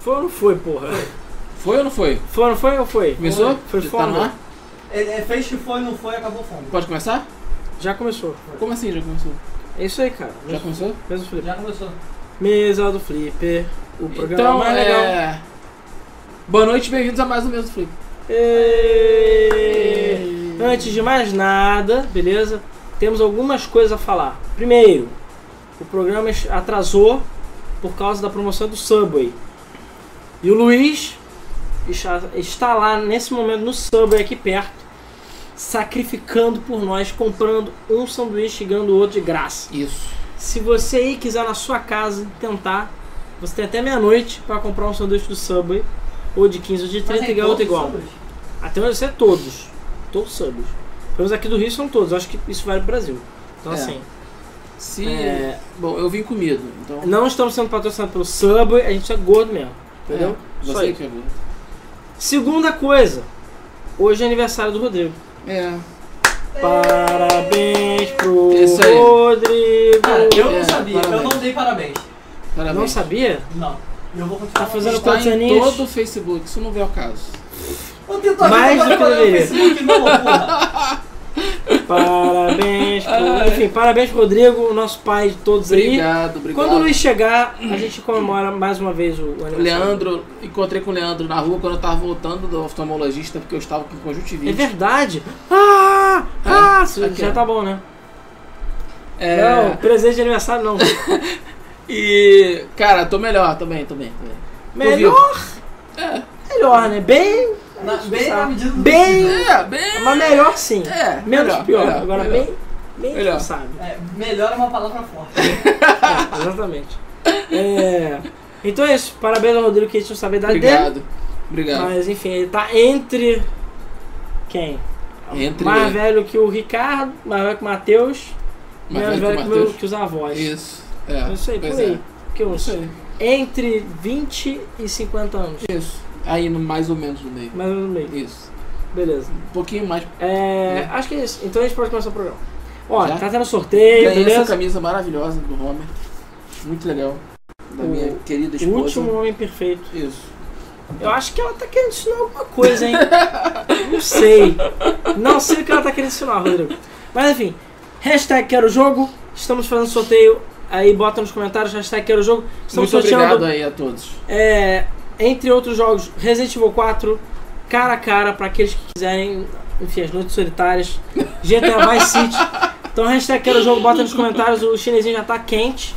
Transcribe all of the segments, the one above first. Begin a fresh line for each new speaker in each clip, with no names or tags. Foi ou não foi, porra?
Foi ou não foi?
Foi ou não foi ou foi?
Começou?
Foi
Já tá
fome?
no ar?
Ele é, fez que foi, não foi, acabou fome.
Pode começar?
Já começou.
Como assim já começou?
É isso aí, cara.
Já começou?
Mesmo Flipper.
Já começou.
Mesa do Flipper. O programa
Então,
mais legal.
é... Boa noite, bem-vindos a mais um Mesmo Flip.
Ê! Antes de mais nada, beleza? Temos algumas coisas a falar. Primeiro, o programa es- atrasou por causa da promoção do Subway. E o Luiz está- está lá nesse momento no Subway aqui perto, sacrificando por nós, comprando um sanduíche e ganhando outro de graça.
Isso.
Se você aí quiser na sua casa tentar, você tem até meia-noite para comprar um sanduíche do Subway, ou de 15 ou de 30 e ganhar outro igual. Até onde eu sei é todos. Todos subs. Pelo menos aqui do Rio são todos. Eu acho que isso vale o Brasil. Então
É.
assim.
Se...
É.
Bom, eu vim comido, então...
Não estamos sendo patrocinados pelo Subway, a gente é gordo mesmo. Entendeu?
É,
Só
você
aí.
que é bom.
Segunda coisa. Hoje é aniversário do Rodrigo.
É.
Parabéns pro
Isso aí.
Rodrigo.
Cara, eu
É,
não sabia, eu
parabéns.
não dei parabéns.
Parabéns.
Não sabia?
Não. Eu vou
Tá
continuar.
fazendo-
Está
quantos
em
aninhos?
todo o Facebook, isso não vem ao caso.
Eu tento ajudar,
Mais do
mas
que
eu
deveria.
Facebook, não, porra.
Parabéns pro.
Ai.
Enfim, parabéns pro Rodrigo, nosso pai de todos aí.
Obrigado, obrigado.
Quando o Luiz chegar, a gente comemora mais uma vez o aniversário.
Leandro, encontrei com o Leandro na rua quando eu tava voltando do oftalmologista, porque eu estava com
É
conjuntivite.
verdade? Ah! Ah!
É,
isso
aqui,
já
ó.
tá bom, né?
É,
Não, presente de aniversário não.
E, cara, tô melhor também, também. também.
Melhor,
É,
melhor, né? Bem,
Na- bem na medida do
bem,
é, bem.
mas melhor sim.
É,
Menos
melhor,
pior.
melhor,
Agora
melhor.
bem, bem
Melhor.
sabe.
É, melhor é uma palavra forte.
É, exatamente. É, então é isso. Parabéns ao Rodrigo que a gente não sabe a idade dele.
Obrigado. Obrigado.
Mas enfim, ele tá entre quem?
Entre-
mais velho que o Ricardo, mais velho que o Matheus,
Mas
menos
vai
velho que,
com o
o meu-
Matheus.
que os avós.
Isso. É.
Eu sei,
pois
por aí.
é.
Que eu
Isso
sei.
aí.
Entre 20 e 50 anos.
Isso. Aí no mais ou menos no meio.
Mais ou menos no meio.
Isso.
Beleza.
Um pouquinho mais.
É,
Né?
acho que é isso. Então a gente pode começar o programa. Olha,
Já?
tá tendo sorteio,
Ganhei essa
beleza?
camisa maravilhosa do Homer. Muito legal. Da
O
minha querida
O
esposa.
último homem perfeito.
Isso.
Eu acho que ela tá querendo ensinar alguma coisa, hein? Não sei. Não sei o que ela tá querendo ensinar, Rodrigo. Mas enfim, hashtag quero jogo. Estamos fazendo sorteio. Aí bota nos comentários, hashtag quero jogo. Estamos
Muito
sorteando
obrigado aí a todos.
É, entre outros jogos, Resident Evil 4, cara a cara, pra aqueles que quiserem, enfim, as noites solitárias, GTA Vice City. Então, hashtag quero jogo, bota nos comentários, o chinesinho já tá quente.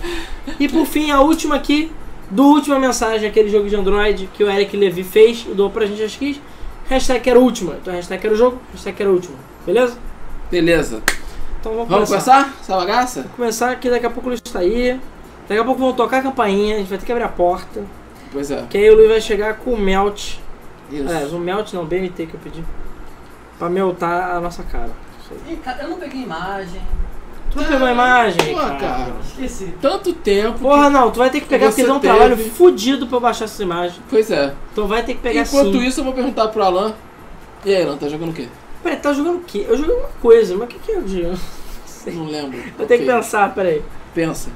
E por fim, a última aqui, do última mensagem, aquele jogo de Android que o Eric Levy fez e doou pra gente as keys. Hashtag quero última. Então, hashtag quero jogo, hashtag quero última. Beleza?
Beleza.
Então
Vamos começar? Essa bagaça?
Começar que daqui a pouco o Luiz tá aí. Daqui a pouco vão tocar a campainha, a gente vai ter que abrir a porta.
Pois é.
Que aí o Luiz vai chegar com o Melt. É,
Isso.
o melt não, BMT que eu pedi. Pra meltar a nossa cara. Isso aí.
Ih, cara, eu não peguei imagem.
Tu não pegou a imagem?
Pô,
cara?
Tá, cara.
Esqueci.
Tanto tempo.
Porra, não, tu vai ter que pegar
Você
porque dá um
teve.
trabalho fudido pra eu baixar essas imagens.
Pois é.
Então vai ter que pegar
Enquanto
sim.
isso, eu vou perguntar pro Alan. E aí, Alan, tá jogando o quê?
Peraí, tá jogando o quê? Eu joguei alguma coisa, mas o que que eu joguei?
Não lembro.
Eu tenho que
Ok.
pensar, peraí.
Pensa.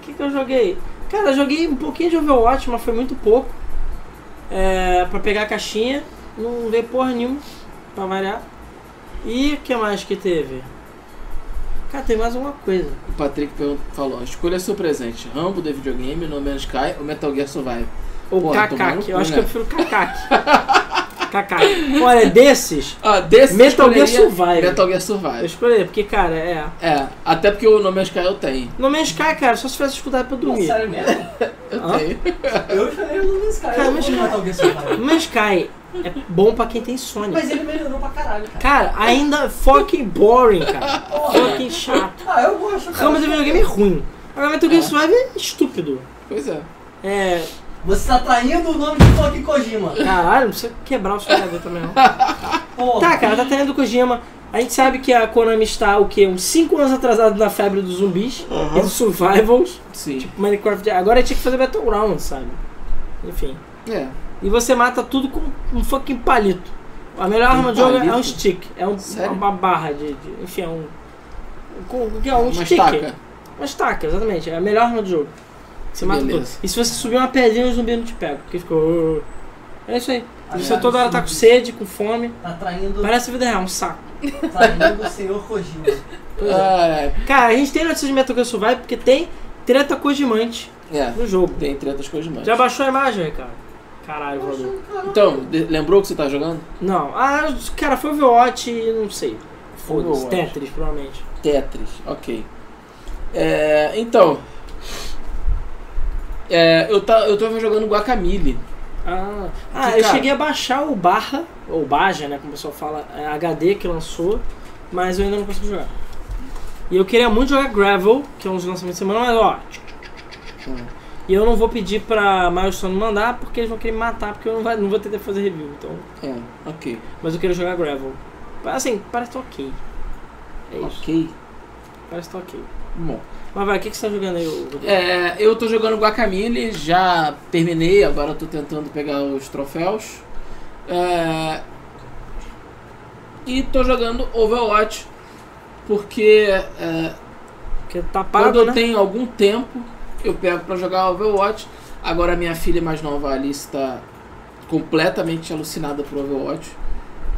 O que que eu joguei? Cara, eu joguei um pouquinho de Overwatch, mas foi muito pouco. É, pra pegar a caixinha, não veio porra nenhuma, pra variar. E o que mais que teve? Cara, tem mais alguma coisa.
O Patrick pergunta- falou: escolha seu presente. Rambo The Videogame, No Man's Sky ou Metal Gear Survive.
Ou
Porra, tomar no
Kakak.
cu,
Eu acho
né?
que eu prefiro Kakak. Kakak. Olha, desses,
Ah, desse
Metal
eu
Gear
escolheria
Survive.
Metal Gear
eu
Survive.
escolhi, porque, cara, é.
É, até porque o No Man's Sky eu tenho.
No Man's Sky, cara, só se tivesse dificuldade pra
Pô,
dormir.
sério mesmo?
Eu
Hã?
tenho.
Eu esperei o Luiz, cara.
Cara,
eu
mas
vou
cara-
matar alguém se eu falar.
No Man's Sky é bom pra quem tem sono.
Mas ele melhorou pra caralho,
é-
cara.
Cara, ainda fucking boring, cara.
Porra.
fucking chato.
Ah, eu gosto, cara.
Rama do
um
videogame é ruim. Agora Metal Gear Survive é estúpido.
Pois é.
É.
Você tá traindo o nome de Toque Kojima.
Caralho, não precisa quebrar o seu HD também, não.
Porra.
Tá, cara, tá treinando o Kojima. A gente sabe que a Konami está, o quê? Uns 5 anos atrasado na febre dos zumbis e dos survivals.
Sim.
Minecraft. Agora tinha que fazer Battleground, sabe? Enfim.
é.
E você mata tudo com um fucking palito. A melhor
Um
arma do jogo é um
palito?
stick. É um,
Sério?
uma barra de, de- Enfim, é um. um- com- O que é um
Uma
stick?
estaca.
Uma estaca, exatamente. É a melhor arma do jogo. Você mata
Beleza.
todos. E se você subir uma pedrinha, o zumbi não te pega. Porque ficou. É isso aí.
Aliás,
Você toda hora tá com sede, com fome.
Tá traindo,
Parece a vida real, um saco.
traindo o senhor Kojima.
Pois é.
Ah,
Cara, a gente tem notícia de Metal Gear Survive porque tem treta cojimante
é. É,
no jogo.
tem tretas coisas mais.
Já baixou a imagem, cara? Caralho, valeu.
Então, de- lembrou que você tá jogando?
Não, ah, cara, foi Overwatch e não sei. Foda-se,
Overwatch.
Tetris, provavelmente.
Tetris, ok. É, então. É, eu, tá, eu tava jogando Guacamole.
Ah, ah
Que,
eu
cara-
cheguei a baixar o Barra, ou Baja, né, como o pessoal fala, é, HD que lançou, mas eu ainda não consigo jogar. E eu queria muito jogar Gravel, que é um dos lançamentos de semana, mas ó, e eu não vou pedir pra Milestone mandar, porque eles vão querer me matar, porque eu não, vai, não vou ter tempo de fazer review, então...
É, ok.
Mas eu queria jogar Gravel. Assim, parece ok. É isso,
Ok.
parece tá ok.
Bom.
Mas vai, o que, que você tá jogando aí, ô-
É, eu tô jogando Guacamole, já terminei, agora eu tô tentando pegar os troféus. É, e tô jogando Overwatch, porque é,
Porque tá
quando
parado,
eu
né?
tenho algum tempo, eu pego pra jogar Overwatch. Agora minha filha mais nova, Alice, tá completamente alucinada por Overwatch.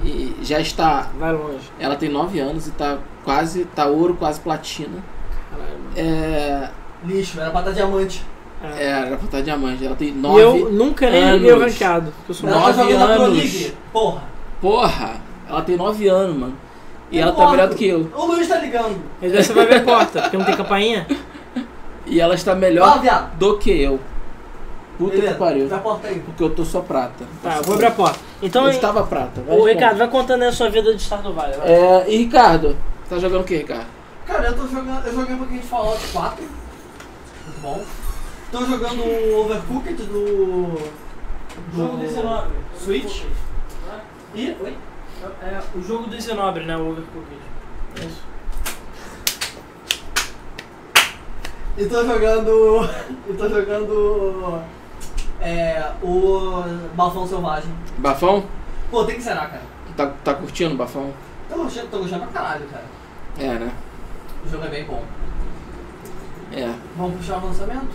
E já está.
Vai longe.
Ela tem 9 anos e tá quase. tá ouro, quase platina.
Caralho, mano.
É.
Lixo, era pra dar diamante.
É, era pra estar diamante. Ela tem
E
9
eu nunca nem liguei o
anos.
ranqueado. porque Eu sou
Ela tá
Nove
jogando na Pro
anos.
League. Porra.
Porra, ela tem 9 anos, mano. E
Eu
ela tá
corto.
melhor do que eu.
O Luiz tá ligando.
Mas daí você vai ver a porta, porque não tem campainha.
E ela está
Fala,
melhor
Ah.
viado.
do que eu. Puta que pariu.
Vai porta aí.
Porque eu tô só prata. Assim,
Tá, eu vou abrir a porta. Então,
Eu estava prata. vai,
ô,
vai.
Ricardo, vai contando aí a sua vida de Stardew Valley. vai.
tá É, e Ricardo? Tá jogando o que, Ricardo?
Cara, eu tô jogando. Eu joguei um pouquinho de Fallout 4. Muito bom. Tô jogando o Overcooked do. do
Jogo desse nome.
Switch. E. Oi?
É, o jogo do Zenobre, né? O Overcooked. É
E tô jogando. e tô jogando. É. O. Balfão Selvagem.
Bafão?
Pô, tem que zerar, cara.
Tá, tá curtindo o Bafão?
Tô gostando, tô gostando pra caralho, cara.
É, né?
O jogo é bem bom.
É.
Vamos puxar o lançamento?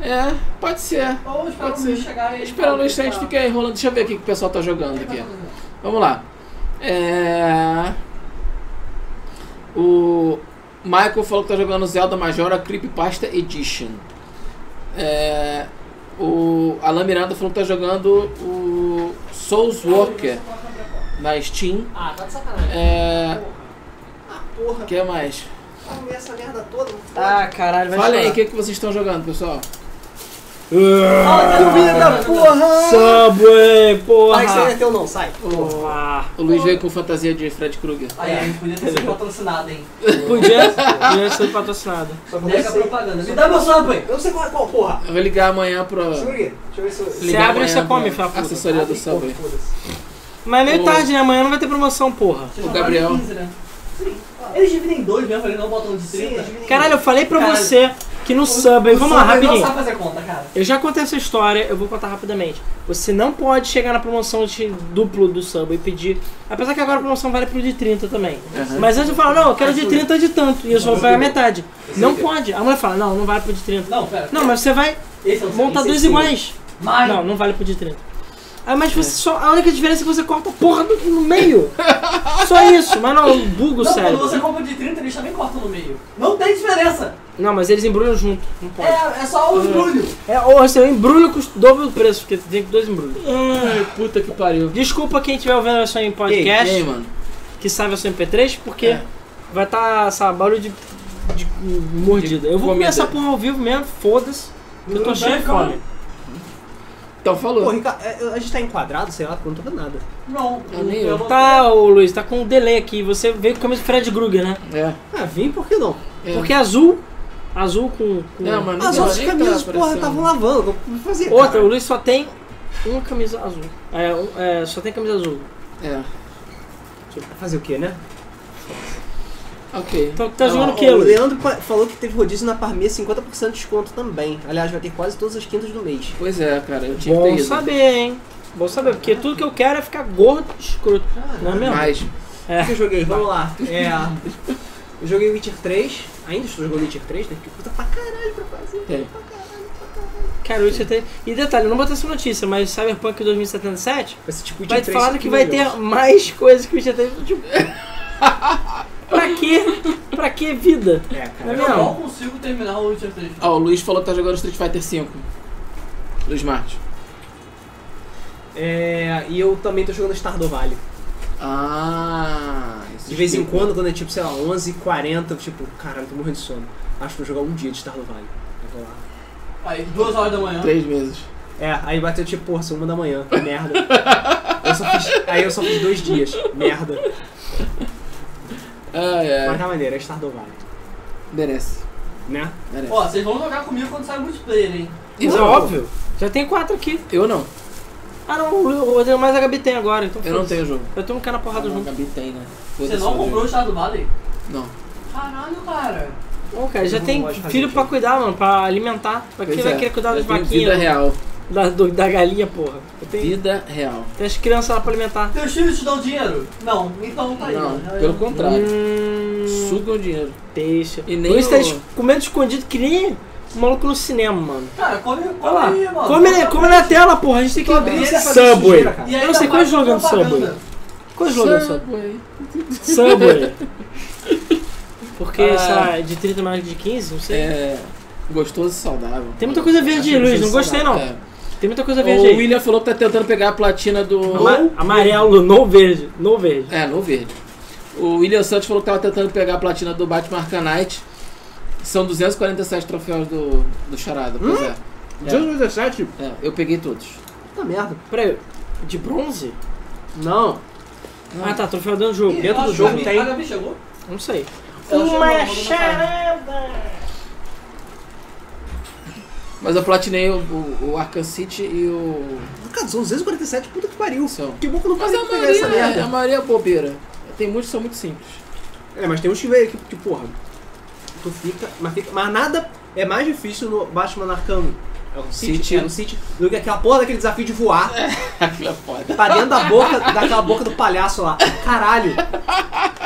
É, pode ser.
Ou esperar
Pode
o
ser.
Luiz chegar e.
Espera o instante, fica aí rolando. Deixa eu ver o que que o pessoal tá jogando aqui. Vamos lá. É... O Michael falou que tá jogando Zelda Majora Creepypasta Edition. É... O Alan Miranda falou que tá jogando o Souls Walker na Steam.
Ah, tá de sacanagem.
É...
Ah, porra.
O que é mais?
Arrumei essa merda toda.
Ah, caralho, vai
Fala aí, o
chorar.
que, que vocês estão jogando, pessoal?
Fala, teu filho da porra!
Subway, porra!
Vai que você é teu não, sai.
Porra.
O Luiz veio com fantasia de Fred Krueger.
Aí, a gente podia ter sido patrocinado, hein?
Podia, podia ser patrocinado.
Só que eu não
Nega
sei.
propaganda. Me dá meu subway!
Eu não sei qual é qual, porra.
Eu vou ligar amanhã pra...
Deixa eu ver. Deixa eu ver se eu...
Você
ligar
abre e
amanhã
você come,
pra
filha da puta.
Assessoria do
Abre,
Subway.
pô, foda-se.
Mas é meio
Ô.
tarde, né? Amanhã não vai ter promoção, porra.
Vocês
O
compraram
Gabriel.
15, né? Eles dividem em dois mesmo, eles não botam de
Sim, né?
30.
eles me-
Caralho, eu falei pra
Caralho.
você que no Subway...
O
Vamos lá,
Subway
rapidinho.
não sabe fazer conta, cara.
Eu já contei essa história, eu vou contar rapidamente. Você não pode chegar na promoção de duplo do samba e pedir. Apesar que agora a promoção vale pro de 30 também.
É.
Aham.
Mas antes eu falo, não, eu quero de 30 de tanto. E eu só vou pagar metade.
Esse
Não
aqui.
pode. A mulher fala, não, não vale pro de 30.
Não, pera.
Não, mas você vai
Esse é o
montar
esse é
dois
o-
iguais.
Mas,
Não, não vale pro de 30. Ah, mas você só. A única diferença é que você corta a porra do, no meio. só isso, mas não, bugo
não,
sério.
quando você compra de 30, eles também cortam no meio. Não tem diferença.
Não, mas eles embrulham junto. Não pode.
É, é só o embrulho.
É, ou assim, o embrulho custa o dobro do preço, porque tem dois embrulhos.
Ai, puta que pariu.
Desculpa quem estiver ouvindo a versão em podcast,
Ei, ei, mano.
que sai a versão em P3, porque
É.
vai estar, tá, sabe, barulho de, de mordida. Eu vou
comida.
comer essa porra ao vivo mesmo, foda-se, que eu tô cheio de fome.
Então falou.
Pô, Ricardo, é, eu- a gente tá enquadrado, sei lá, porque eu não tô vendo nada.
Não,
Eu nem eu.
não-
Tá, ô Luiz, tá com um delay aqui, você veio com a camisa do Fred Krueger, né?
É.
Ah, vim por que não?
É.
Porque é azul, azul com... com-
Não, mas não
As
deu
outras
nem pra
camisas,
aparecer,
porra,
né?
estavam lavando. O que eu fazia?
Outra, o Luiz só tem uma camisa azul. É, um- é, só tem camisa azul.
É,
Fazer o quê, né?
ok.
Então tá
Não,
jogando o
Ó,
quê,
o
Luiz?
Leandro pa- falou que teve rodízio na Parmeia 50% de desconto também. Aliás, vai ter quase todas as quintas do mês.
Pois é, cara, eu tinha que ter
Bom
ido.
saber, hein? Bom saber, porque tudo que eu quero é ficar gordo e escroto, não é mesmo?
Mas,
O que eu joguei? Vamos lá. É. Eu joguei Witcher 3, ainda estou jogando Witcher 3, tem coisa pra caralho pra fazer.
Tem.
Pra caralho, pra caralho.
Cara, o Witcher 3. E detalhe, eu não botei essa notícia, mas Cyberpunk 2077
Vai ser tipo
vai
Witcher 3.
falar que
sem
vai ter
problemas.
mais coisas que o Witcher 3. Tipo... pra quê? Pra que vida?
É,
Não é
cara.
Eu
mesmo?
não consigo terminar o Witcher 3.
Ó, o Luiz falou que tá jogando Street Fighter V. Luiz Marte.
É, e eu também tô jogando Stardew Valley.
Ah, isso
De vez em
explica.
quando, quando é tipo, sei lá, 11h40, eu, tipo, caralho, tô morrendo de sono. Acho que vou jogar um dia de Stardew Valley. Eu vou lá.
Aí, duas horas da
né?
manhã.
Três meses.
É, aí bateu tipo, porra, são uma da manhã, que merda. Eu só fiz- aí eu só fiz dois dias, merda.
Ah,
Mas
é.
tá maneiro, é Stardew Valley,
Merece.
né?
Merece.
Ó, vocês vão jogar comigo quando sai multiplayer, hein?
Isso é
Não.
óbvio. Já tem quatro aqui.
Eu não.
Ah não, o Rodrigo mais a Gabi tem agora, então
Eu não
foda-se.
tenho jogo.
Eu tenho um cara
Ah,
porrada
não,
junto.
Gabi tem, né?
Você
Foda-se,
não
eu
comprou o
jogo.
Estado Valley?
Não.
Caralho, cara.
Ô, cara, já
Eu
tem
não gosto de
filho
fazer
pra
aqui.
cuidar, mano, pra alimentar. Pra que
Pois
vai
é.
querer cuidar
Eu
das
tenho Vida
vaquinhas,
real.
da, do- da galinha, porra? Eu tenho,
Vida real.
tem as crianças lá pra alimentar.
Teus filhos te dão dinheiro? Não, então tá aí. ó.
Não, pelo contrário.
Hum,
Sugam o dinheiro.
peixe.
E nem
Por isso tá
o-
es- comendo escondido que nem o maluco no cinema, mano.
Cara, come, come
Olha lá,
aí, mano.
come, na- come na tela, porra, a gente tem que
abrindo
abrir.
essa
Subway.
sujeira, cara.
E aí
Eu não sei
dá
qual é o
mais
jogo do
propaganda.
Subway. Qual é o jogo do Subway? Subway. Porque,
Ah.
sei lá, é de 30 mais de 15, não sei.
É. Gostoso e saudável.
Tem muita coisa verde,
Achei
Luiz,
gostoso
não gostei
e
não.
saudável.
Tem muita coisa
É.
verde
O
aí.
William falou que tá tentando pegar a platina do.
Ama- amarelo, no verde, no verde.
É, no verde. O William Santos falou que tava tentando pegar a platina do Batman Arcanite. São 247 troféus do, do Charada, pois é. É,
2017?
é, eu peguei todos.
Tá merda.
Peraí, de bronze?
Não.
Ah tá, troféu dentro do jogo.
Ih,
Dentro do
a
jogo
Gabi-
tem-
A Gabi chegou?
Não sei.
Ela chegou, ela mandou
Mas eu platinei o, o, o Arkham City e o.
Cara, são 247, puta que pariu.
São.
Que bom que eu não
Mas é a
consigo pegar essa
maioria, a
merda.
maioria é bobeira. Tem muitos que são muito simples.
É, mas tem uns que veio aqui, que, porra. Tu fica. Mas fica. Mas nada é mais difícil no Batman Arkham. É o City,
um City.
É no City. Do que aquela porra daquele desafio de voar
Aquilo é foda.
pra dentro da boca, daquela boca do palhaço lá. Caralho.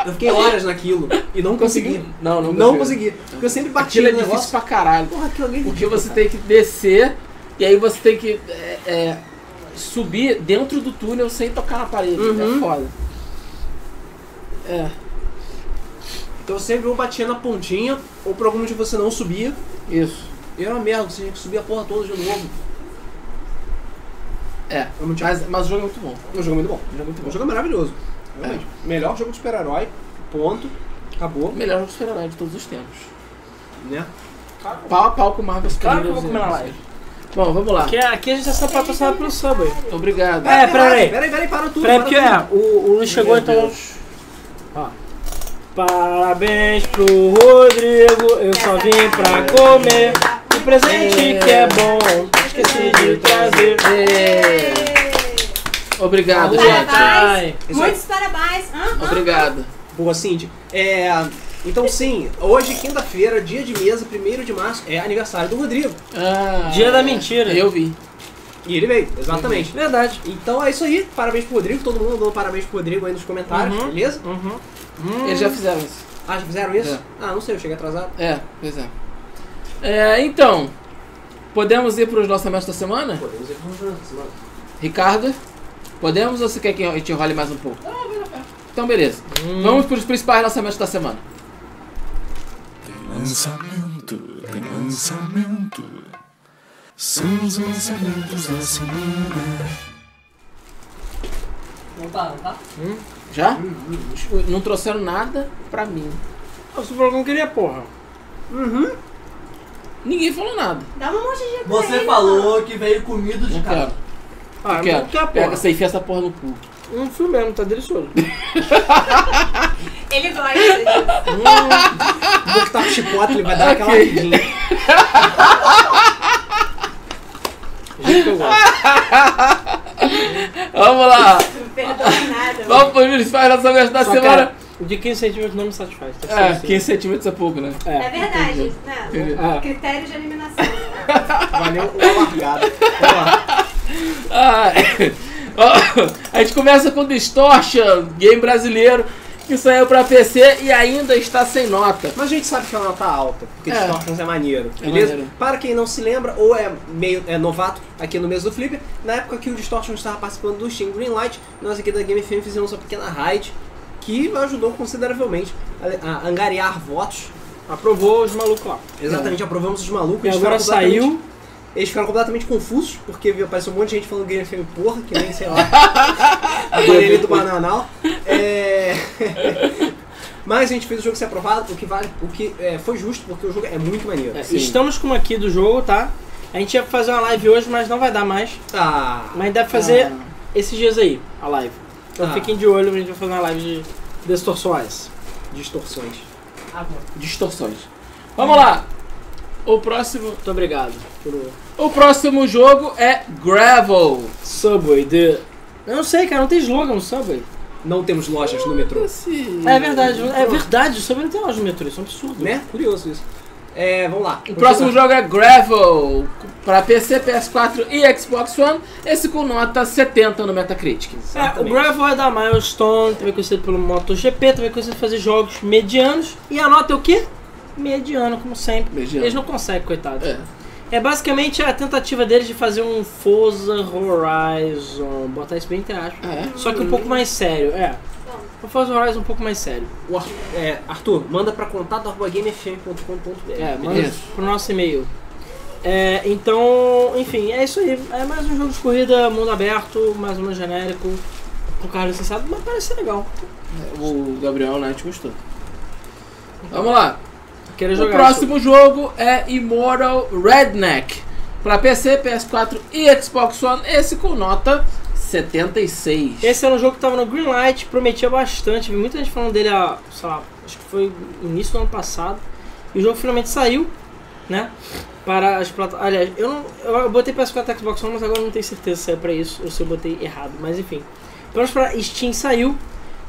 Eu fiquei horas naquilo e não consegui.
Não, não
Não,
consegui.
consegui. Porque eu sempre bati
Aquilo
no
é difícil
negócio.
pra caralho.
Porra, é que alguém.
Porque você tem que descer e aí você tem que é, é, subir dentro do túnel sem tocar na parede.
Uhum.
É foda. É,
Então eu sempre ou batia na pontinha, ou por algum motivo você não subia.
isso.
E era uma merda, você tinha que subir a porra toda de novo.
É.
Eu não tinha.
Mas, mas o jogo é muito bom.
É um jogo muito bom.
O jogo é muito
Um
bom. É.
jogo maravilhoso. Realmente. Melhor jogo de super-herói. Ponto. Acabou.
O melhor jogo de super-herói de todos os tempos.
Né?
Pau a pau com Marvel
Claro que eu
Studios
vou
e
comer na
não
live.
sei. Bom, vamos lá.
Porque aqui a gente tá sendo patrocinado pelo Subway.
Obrigado.
É, peraí.
Peraí, peraí, para tudo.
Peraí,
para
porque é,
tudo.
o, o Luiz chegou
Meu
então.
Deus.
Ó. Parabéns pro Rodrigo, eu só vim pra comer. Que presente que é bom, esqueci de trazer.
É. Obrigado,
Parabéns.
gente.
Isso aí.
Muitos parabéns. Hã?
tá?
Hã?
Obrigado.
Boa, Cindy. É. Então sim, hoje, quinta-feira, dia de mesa, 1 de março, é aniversário do Rodrigo.
Ah,
Dia da mentira.
Eu vi.
E ele veio, exatamente.
Uhum. Verdade.
Então é isso aí. Parabéns pro Rodrigo. Todo mundo dando parabéns pro Rodrigo aí nos comentários,
Uhum.
beleza?
Uhum.
Eles já fizeram isso.
Ah, já fizeram isso?
É.
Ah, não sei, eu cheguei atrasado.
É, pois é. É, então, podemos ir para os lançamentos da semana?
Podemos ir falando
Ricardo, podemos ou você quer que a gente role mais um pouco? Então, beleza. Vamos para os principais lançamentos da semana.
Tem lançamento, tem lançamento. São os lançamentos da semana.
Não tá, não tá?
Já? Não trouxeram nada pra mim.
Ah, Você falou que não queria, porra.
Ninguém falou nada.
Dá um monte de pra
Você
ele, mano.
falou que veio comido de
Não
cara.
quero.
Ah, eu
Quero.
tá
não quero,
é? Pega
porra.
essa e enfia essa porra no cu.
Um filme mesmo, tá delicioso.
Ele gosta disso.
Vou botar o chipotle, tá ele vai dar aquela
Ok.
rapidinha. Gente, eu gosto.
Vamos lá.
Não perdoa nada.
Vamos para os principais lançamentos da
Só,
semana.
cara, de 15 centímetros não me satisfaz. Tá
É,
certo.
15 centímetros é pouco, né?
É verdade, né?
Entendi.
Ah,
Critério de eliminação.
Valeu uma largada. Ó,
Ah, a gente começa com Distortion, game brasileiro, que que saiu pra PC e ainda está sem nota.
Mas a gente sabe que é uma nota alta, porque
É.
Distortions é maneiro, beleza?
maneiro.
Para quem não se lembra, ou é meio é novato aqui no mês do Flipper, na época que o Distortions estava participando do Steam Greenlight, nós aqui da Game FM fizemos uma pequena raid que ajudou consideravelmente a, a angariar votos.
Aprovou os malucos lá.
Exatamente, aprovamos os malucos.
E
eles
agora
ficaram completamente-
saiu.
Eles ficaram completamente confusos, porque viu, apareceu um monte de gente falando Game FM porra, que nem sei lá. a orelha do Bananal. É... Mas a gente fez o jogo ser aprovado, o que vale, o que é, foi justo, porque o jogo é muito maneiro.
É. Sim.
Estamos com uma aqui do jogo, tá? A gente ia fazer uma live hoje, mas não vai dar mais.
Ah,
Mas deve fazer esses dias aí, a live. Então
Ah.
fiquem de olho, a gente vai fazer uma live de distorções.
distorções.
Agora.
Distorções. Vamos lá. O próximo,
Muito obrigado pelo
o próximo jogo é Gravel.
Subway de... Eu não sei, cara, não tem slogan no Subway.
Não temos lojas no metrô.
É verdade, é verdade, o Subway não tem loja de metrô, isso é um absurdo.
Né? Curioso isso. É, vamos lá.
O próximo jogo é Gravel para PC, PS4 e Xbox One. Esse com nota 70 no Metacritic.
É, o
Exatamente.
Gravel é da Milestone, também conhecido pelo MotoGP, também conhecido por fazer jogos medianos. E a nota é o quê? Mediano, como sempre.
Mediano.
Eles não conseguem, coitado.
É.
É basicamente a tentativa deles de fazer um Forza Horizon. Botar isso bem entre aspas.
Ah, é?
Só que um pouco mais sério, é.
Bom,
O Forza Horizon um pouco mais sério.
O Ar- é, Arthur, manda pra contato.gamefm.com.br.
É, manda
Beleza.
pro nosso e-mail. É, então, enfim, é isso aí. É mais um jogo de corrida, mundo aberto, mais ou menos genérico, com carro licenciado, mas parece ser legal.
O Gabriel Knight gostou. Vamos lá.
Quero
O
jogar.
próximo jogo é Immortal Redneck. Para PC, PS4 e Xbox One. Esse com nota 76.
Esse era um jogo que tava no Greenlight, prometia bastante, vi muita gente falando dele há, sei lá, acho que foi início do ano passado. E o jogo finalmente saiu, né? Para as plataformas. Aliás, eu não. Eu eu botei PS4 e Xbox One, mas agora eu não tenho certeza se saiu pra isso ou se eu botei errado, mas enfim. Pelo menos pra Steam saiu.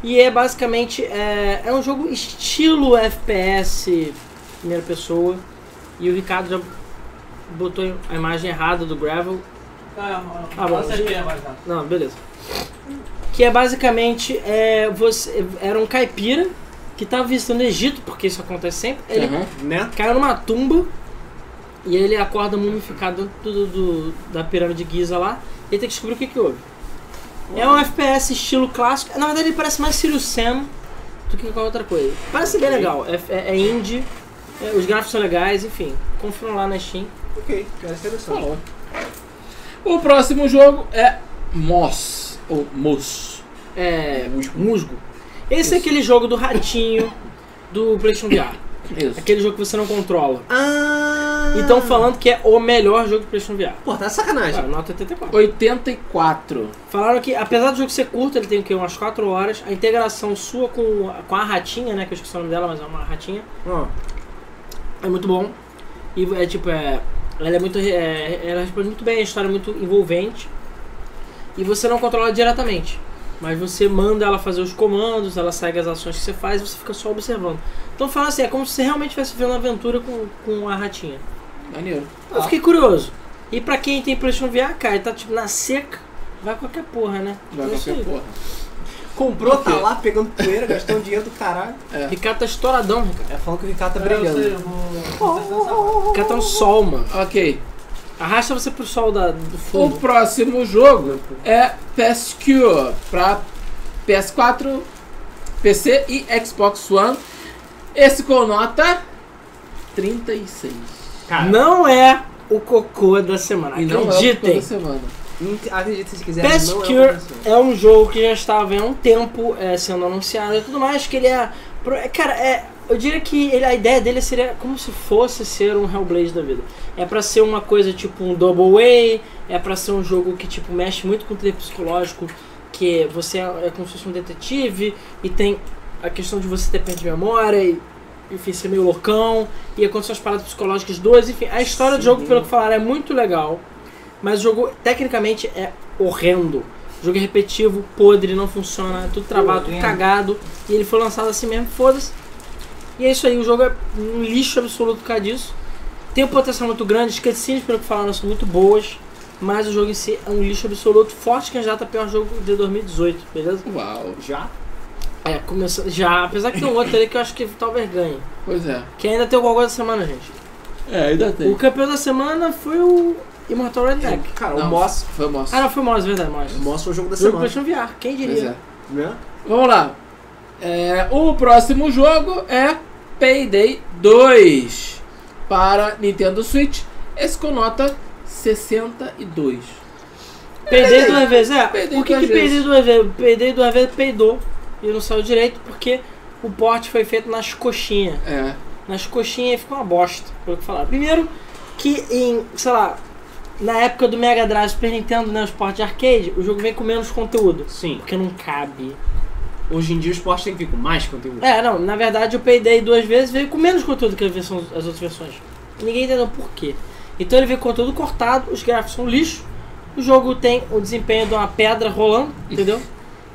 E é basicamente. É, é um jogo estilo FPS, primeira pessoa. E o Ricardo já botou a imagem errada do Gravel.
Ah,
Ah, bom.
não sei quem é mais nada.
Não, beleza. Que é basicamente é, você era um caipira que tava visitando o Egito, porque isso acontece sempre. Ele
Aham.
Né?
caiu numa tumba e ele acorda mumificado dentro do, do- da pirâmide de Giza lá. E ele tem que descobrir o que, que houve. É um FPS estilo clássico. Na verdade, ele parece mais Sirius Sam do que qualquer outra coisa. Parece bem legal. É, é- é indie, é, os gráficos são legais, enfim. Confiram lá na Steam.
Ok, cara,
Tá
interessante.
Falou. O próximo jogo é Moss. Ou Moss.
É, musgo. Esse é aquele jogo do ratinho do PlayStation VR.
Isso.
Aquele jogo que você não controla.
Ah!
E estão falando que é o melhor jogo do PlayStation VR.
Pô, tá de sacanagem.
Cara, nota 84.
84.
Falaram que, apesar do jogo ser curto, ele tem o quê? Umas 4 horas. A integração sua com, com a ratinha, né? Que eu esqueci o nome dela, mas é uma ratinha.
Ó,
É muito bom. E é tipo, é. Ela é muito. é, ela responde muito bem, a história é muito envolvente. E você não controla diretamente. Mas você manda ela fazer os comandos, ela segue as ações que você faz e você fica só observando. Então fala assim, é como se você realmente estivesse vendo uma aventura com, com a ratinha.
Maneiro.
Eu fiquei curioso. E pra quem tem PlayStation VR, cara, e tá tipo na seca, vai qualquer porra, né?
Vai
É isso
qualquer
aí.
porra.
comprou,
Ok.
tá lá pegando poeira, gastando dinheiro do caralho.
Ricardo tá estouradão, Ricardo.
É falando que o Ricardo tá
Eu
brilhando.
sei, eu
Oh,
vou.
O Ricardo tá um sol, mano.
Ok.
Arrasta você pro sol da, do
O
fundo.
próximo jogo é Pescure para PS4, PC e Xbox One. Esse com nota 36.
Cara,
Não é o cocô da semana.
Ah. E não é o que toda
Acreditem.
semana.
Não te- Acredita se quiser.
Pest
não é
Cure
uma pessoa.
é um jogo que já estava há um tempo é, sendo anunciado e tudo mais, que ele é. pro- é, Cara, é, eu diria que ele- a ideia dele seria como se fosse ser um Hellblade da vida. É pra ser uma coisa tipo um Double Way, é pra ser um jogo que tipo mexe muito com o trilho psicológico, que você é, é como se fosse um detetive e tem a questão de você ter perdido a memória e enfim, ser meio loucão e acontecer as paradas psicológicas duas, enfim, a história do jogo, pelo que falaram, é muito legal, mas o jogo tecnicamente é horrendo. O jogo é repetitivo, podre, não funciona, é tudo travado, tudo
Horrendo.
cagado, e ele foi lançado assim mesmo, foda-se. E é isso aí, o jogo é um lixo absoluto por causa disso. Tem um potencial muito grande, as cutscenes, pelo que falaram, são muito boas, mas o jogo em tá si é um lixo absoluto, forte candidato a pior jogo de 2018, beleza?
Uau.
Já?
É, começando. Já, apesar que tem um outro ali que eu acho que talvez ganhe.
Pois é.
Que ainda tem o Gogó da semana, gente.
É, ainda
O campeão da semana foi o Immortal Redneck.
É, Cara,
Não,
o Moss,
Foi o Moss.
Ah, não, foi o Mouse, verdade, Mouse.
o Moss foi o jogo da
Jogo
semana.
PlayStation VR, quem
Pois
diria?
é.
Né?
Vamos lá. É, o próximo jogo é Payday 2 para Nintendo Switch. Esse com nota 62.
Perdei duas vezes, é.
Perdei
Por que,
duas
que perdei
vezes.
duas vezes? Perdei duas vezes, peidou. E não saiu direito porque o porte foi feito nas coxinhas.
É.
Nas coxinhas ficou uma bosta, pelo que falaram. Primeiro, que em, sei lá, na época do Mega Drive Super Nintendo, né, o esporte de arcade, o jogo vem com menos conteúdo.
Sim.
Porque não cabe.
Hoje em dia o esporte tem que vir com mais conteúdo.
É, não, na verdade eu peidei duas vezes veio com menos conteúdo que a versão- as outras versões. Ninguém entendeu por quê. Então ele veio com conteúdo cortado, os gráficos são um lixo, o jogo tem o desempenho de uma pedra rolando, entendeu?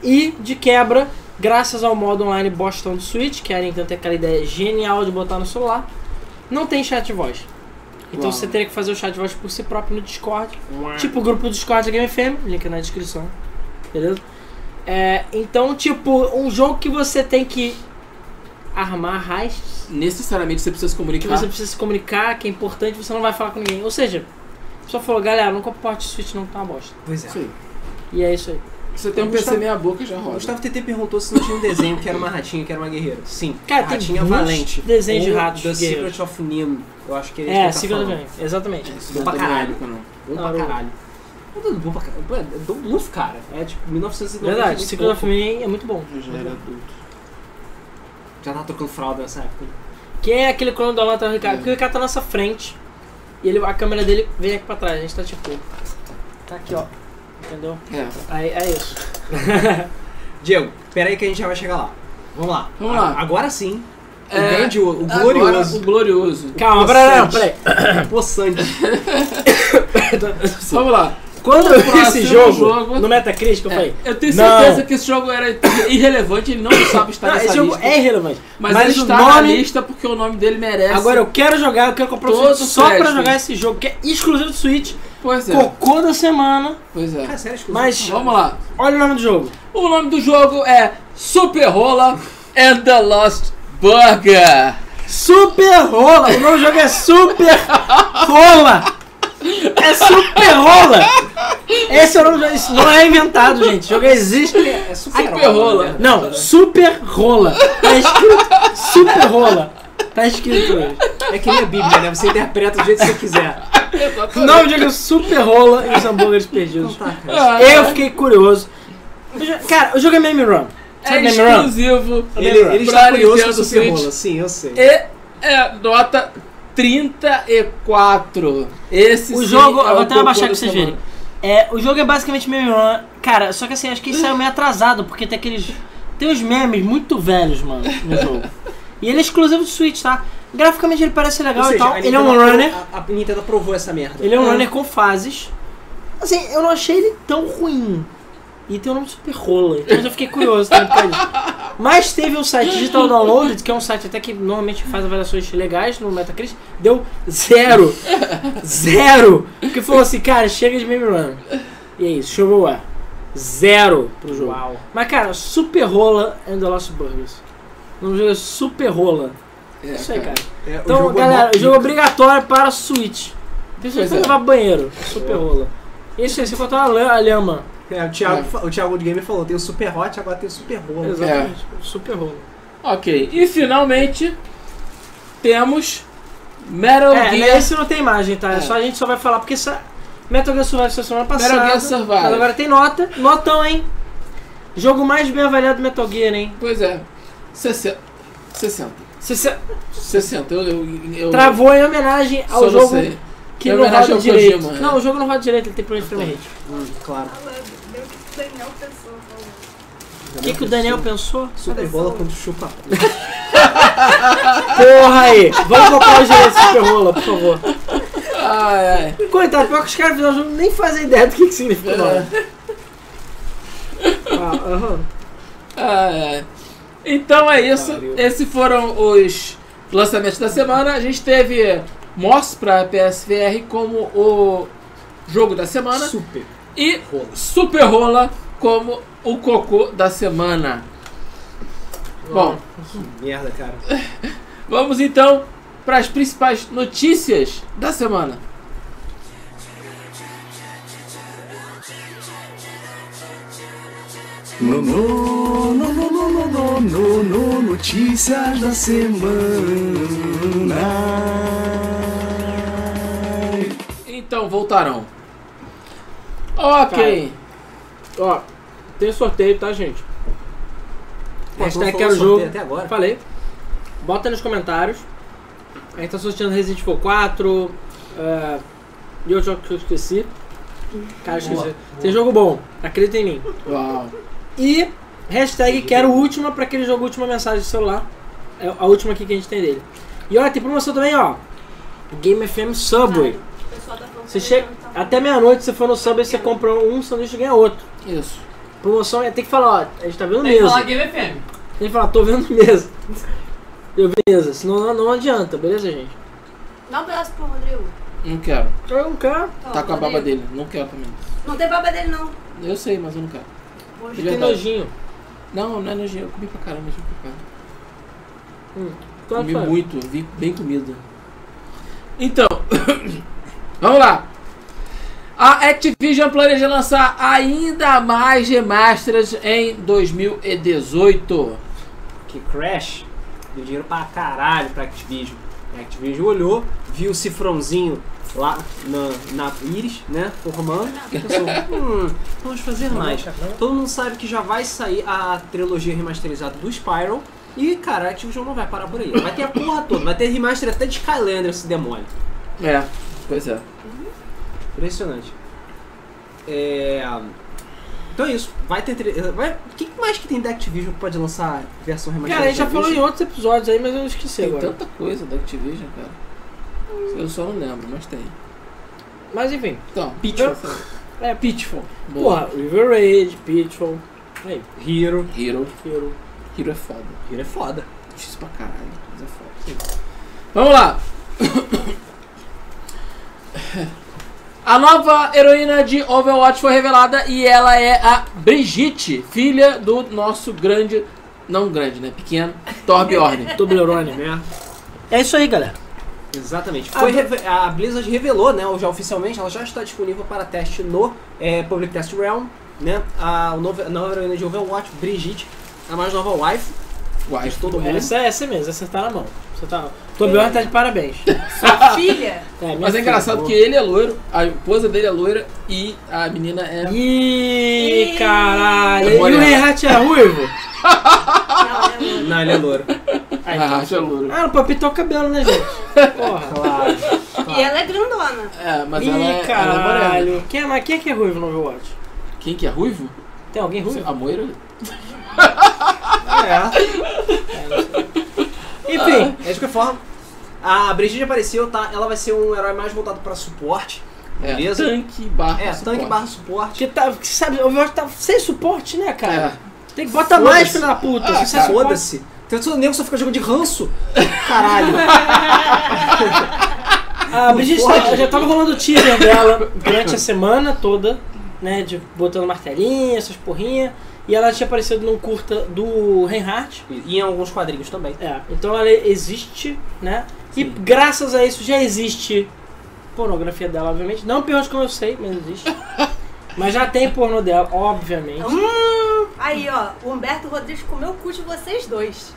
E de quebra, graças ao modo online Boston do Switch, que a Nintendo tem aquela ideia genial de botar no celular, não tem chat de voz. Então
Uau.
você teria que fazer o chat de voz por si próprio no Discord. Tipo o grupo do Discord da Game FM, link na descrição. Beleza? É, então, tipo, um jogo que você tem que armar raios,
Necessariamente você precisa se
que
comunicar.
você precisa se comunicar, que é importante, você não vai falar com ninguém. Ou seja, só falou, galera, não comporte Switch não, tá uma bosta.
Pois é.
Isso aí.
E é isso aí.
Você tem um
O
PC
Gustavo-
meia boca já
O
roda.
Gustavo TT perguntou se não tinha um desenho que era uma ratinha, que era uma guerreira. Sim.
Cara, tem
ratinha
muitos
valente.
desenhos de
Ou
ratos
The
guerreiros.
Secret of Nim. Eu acho que ele
É, siga também. Exatamente.
Isso
Bom
não
pra
tem meia
caralho.
boca, não.
Bom pra
Naruto.
caralho. Não tá bom pra caralho. Pô, É do Bluff, cara. É tipo 1990.
Verdade,
muito
Secret of
pouco.
Mim é muito bom.
Eu já era adulto.
Já tá trocando fralda nessa época.
Que é aquele clone do Alan tá o Ricardo.
É.
Porque o Ricardo tá na nossa frente. E ele, a câmera dele vem aqui pra trás. A gente tá tipo. Tá aqui, ó. Entendeu?
É.
Aí é isso.
Diego, pera aí que a gente já vai chegar lá. Vamos lá.
Vamos lá.
A- Agora sim. Ah, O
É,
grande, o, o
Agora,
glorioso,
o glorioso.
Calma, peraí, peraí.
o possante.
Vamos lá.
Quando eu vi esse
próximo
jogo,
jogo-
no Metacritic, eu falei.
Eu tenho
Não.
certeza que esse jogo era irrelevante, ele não sabe estar
"Ah,
nessa
esse jogo
lista.
é irrelevante.
Mas,
Mas
ele
o
está na
nome-
lista porque o nome dele merece.
Agora eu quero jogar, eu quero comprar o
Todo
Switch só pra
crédito.
jogar esse jogo, que é exclusivo do Switch,
Pois é,
cocô da semana.
pois é.
Cara, sério, exclusivo.
Mas
Vamos lá.
olha o nome do jogo.
O nome do jogo é Super Rola and the Lost Burger.
Super Rola! O nome do jogo é Super Rola! É Super Rola! Esse é o nome do jogo. Isso não é inventado, gente. O jogo existe.
é super
Super rola.
né?
Não, Super Rola. Tá escrito Super Rola. Tá escrito hoje.
É que nem a Bíblia, né? Você interpreta do jeito que você quiser.
O nome do jogo é Super Rola e os hambúrgueres perdidos.
tá,
Ah,
Eu fiquei curioso. O jo- Cara, o jogo é Meme Run.
é
Sabe Meme Run?
exclusivo
Ele, ele está
pra
curioso com
Nintendo
o Super
Switch.
Rola. Sim, eu sei.
E é nota 34. Esse
O
sim
jogo,
é o
eu vou até
cocô
abaixar
da
pra vocês
semana.
verem. É, o jogo é basicamente meme run. Cara, só que assim, acho que ele saiu meio atrasado, porque tem aqueles. Tem uns memes muito velhos, mano, no jogo. E ele é exclusivo do Switch, tá? Graficamente ele parece
Ou
legal
seja,
e tal.
a
Ele é um
Nintendo apro-
runner.
A, a Nintendo aprovou essa merda.
Ele é um
É.
runner com fases. Assim, eu não achei ele tão ruim. E tem o nome Super Rola. Então eu já fiquei curioso também por isso. Mas teve um site Digital Downloaded, que é um site até que normalmente faz avaliações legais no Metacritic, deu zero. zero. Porque falou assim, cara, chega de meme run. E é isso, chegou lá. Zero pro jogo.
Uau.
Mas cara, Super Rola and the Lost Burgers. O nome do jogo é Super Rola.
É,
Isso aí, cara.
É, o
Então,
jogo é
galera,
mó
jogo
pica.
obrigatório para Switch.
Pois
Principalmente pra
é.
levar banheiro. Super rola. Isso aí, você botou a lã- a lhama.
É, o, Thiago,
É.
fa- o Thiago de Gamer falou: tem o Super Hot, agora tem o Super Rola.
Exatamente. Super rola.
Ok. E finalmente temos Metal
É, né,
Gear
esse não tem imagem, tá?
É.
Só, a gente só vai falar porque essa Metal Gear Survive saiu semana passada.
Metal Gear Survive.
Mas agora tem nota. Notão, hein? Jogo mais bem avaliado do Metal Gear, hein?
Pois é. 60. 60.
Você se-
60. Eu, eu, eu
Travou em homenagem ao
só não
jogo
sei.
que
Em
não
homenagem
roda
ao
direito.
Kojima, é.
Não, o jogo não roda direito, ele tem problema de frame rate.
Hum, claro.
Falando, deu que o Daniel pensou. falando.
O que, que o Daniel pensou?
Super Rola quando chupa.
Porra aí! Vamos comprar o direito do Super Rola, por favor.
Ai, ai.
Coitado, pior que os caras fizeram o jogo nem fazem ideia do que, que
É.
significa o nome. Ah, aham.
Ai, ai. É, Então é isso.
Pariu.
Esses foram os lançamentos da semana. A gente teve Moss pra PSVR como o jogo da semana.
Super
e
Rola.
Super Rola como o cocô da semana. Bom,
Merda, cara.
vamos então para as principais notícias da semana.
No, no, no, no, no, no, no, no, no, notícias da semana.
Então, voltarão. Ok.
Ó, tem sorteio, tá, gente?
Pô,
Hashtag
tu não falou
quero
sorteio
jogo.
até agora.
Falei. Bota nos comentários. A gente tá sorteando Resident Evil 4. é, e outro jogo que eu esqueci. Cara, esqueci. Tem jogo bom, acredita em mim.
Uau.
E hashtag quero última pra aquele jogo última mensagem do celular. É a última aqui que a gente tem dele. E olha, tem promoção também, ó. Game FM Subway.
O pessoal tá falando
Você
que
chega.
não tá-
Até meia-noite você for no Subway, você compra um sanduíche e ganha outro.
Isso.
Promoção é tem que falar, ó, a gente tá vendo
Tem que é
mesmo.
falar Game FM.
Tem que falar, tô vendo mesa. Eu vi mesa, senão não, não adianta, beleza, gente? É um
Dá um pedaço pro Rodrigo.
Não quero.
Eu não quero.
Toma,
Tá com a baba dele.
Rodrigo.
Não quero também.
Não tem baba dele, não.
Eu sei, mas eu não quero.
Hoje.
Tem
Verdade.
nojinho.
Não, não é nojento. Eu comi pra caramba, gente. Pra caramba.
Claro que
Comi
faz.
muito, vi bem comida. Então, vamos lá. A Activision planeja lançar ainda mais remasters em 2018.
Que Crash deu dinheiro pra caralho pra Activision. A Activision olhou, viu o cifrãozinho lá na, na íris, né? Formando. e Pensou, hum, vamos fazer mais. Todo mundo sabe que já vai sair a trilogia remasterizada do Spyro. E, cara, a Activision não vai parar por aí. Vai ter a porra toda. Vai ter remaster até de Skylander, esse demônio.
É, pois é.
Impressionante. É... Então é isso. Vai ter... tri- Vai... O que mais que tem da Activision que pode lançar versão
Cara, a
remasterizada?
gente já falou em outros episódios aí, mas eu esqueci
Tem
agora.
tanta coisa da Activision, cara. Eu só não lembro, mas tem.
Mas enfim,
Então,
Pitfall. é Pitfall.
Boa.
Porra, River Raid, Pitfall. Aí,
Hero.
Hero.
Hero.
Hero é foda.
Hero é foda.
Difícil pra caralho, mas é foda. Vamos lá! A nova heroína de Overwatch foi revelada e ela é a Brigitte, filha do nosso grande, não grande, né? Pequeno, Torbjorn.
Toblerone.
Né?
É isso aí, galera.
Exatamente. Foi reve- a Blizzard revelou, né, já oficialmente, ela já está disponível para teste no eh, Public Test Realm, né? A o novo- a nova heroína de Overwatch, Brigitte, a mais nova wife
Uai,
de todo mundo.
Essa é essa mesmo, acertar na mão. Você tá... Toblerone tá de parabéns.
Filha.
É, minha
É. Mas é
filha,
engraçado
boa.
que ele é loiro, a esposa dele é loira e a menina é...
Ih, caralho.
Ih.
E o Rehat era ruivo?
Não, é loira.
Não, ele é louro.
A Racha é loura.
Ah, não pode pintar o cabelo, né, gente? Porra.
Claro.
E ela é grandona.
É, mas
Ih,
ela é, ela é morena.
caralho. Quem é, mas quem é que é ruivo no Overwatch?
Quem que é ruivo?
Tem alguém ruivo?
A Moira?
É.
Enfim.
É de qualquer forma, a Brigitte apareceu, tá? Ela vai ser um herói mais voltado para suporte.
É,
Beleza?
tanque barra
É, tanque
suporte.
barra suporte.
Que tá, que sabe, o Overwatch tá sem suporte, né, cara?
Ah. É.
Tem que botar
Foda-se.
mais, filho da puta.
Ah,
Se você é
cara.
suporte-
Foda-se. Tem todo nego que só fica jogando de ranço. Caralho.
A Brigitte
pode.
tá- já tava rolando o teaser dela durante a semana toda, né? De botando martelinha, essas porrinhas. E ela tinha aparecido num curta do Reinhardt.
E em alguns quadrinhos também.
É, então ela existe, né? E
Sim.
graças a isso já existe pornografia dela, obviamente. Não pior como eu sei, mas existe. mas já tem pornô dela, obviamente.
Hum, aí, ó. O Humberto Rodrigues comeu o cu de vocês dois.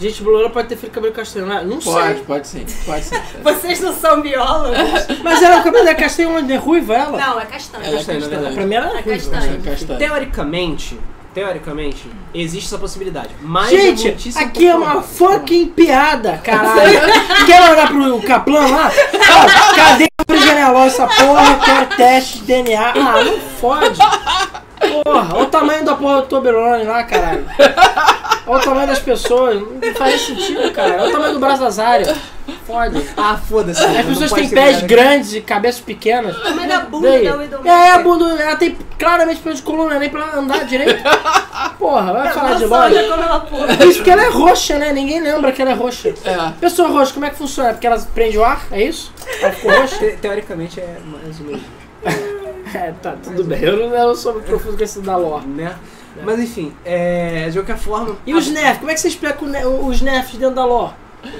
Gente, Lola pode ter feito cabelo castanho, né? Não
Pode, pode sim, pode sim.
Vocês não são biólogos?
sei. Mas ela, o cabelo dela é castanho, onde é ruiva ela?
Não, é castanho.
Ela é
Castanho, na
castanha.
verdade.
Pra mim ela é
É
ruiva.
castanho.
É castanha.
Teoricamente, teoricamente, existe essa possibilidade. Mas é
Gente,
muitíssimo
aqui é uma fucking piada, caralho. Quer olhar pro Caplan lá? Ó, cadê a árvore genealógica, essa porra? Eu quero teste de DNA. Ah, não fode. Porra, olha o tamanho da porra do Toblerone lá, caralho. Olha o tamanho das pessoas. Não faz sentido, cara. Olha o tamanho do braço das áreas. Fode.
Ah, foda-se.
As pessoas têm pés grandes e cabeças pequenas.
Mas a bunda
Daí.
é o idôneo.
É, a bunda, ela tem claramente problema de coluna, nem pra andar direito. Porra, vai falar de
Nossa,
loja.
olha como ela pula.
Por isso que ela é roxa, né? Ninguém lembra que ela é roxa.
É.
Pessoa roxa, como é que funciona? Porque ela prende o ar? É isso? Ela ficou roxa?
Teoricamente é mais ou menos,
É, tá, tudo bem. Eu não, eu não sou muito profundo com esse da lore.
né? Mas enfim, é, de qualquer forma.
E os nerfs? Como é que você explica o ne- os nerfs dentro da lore?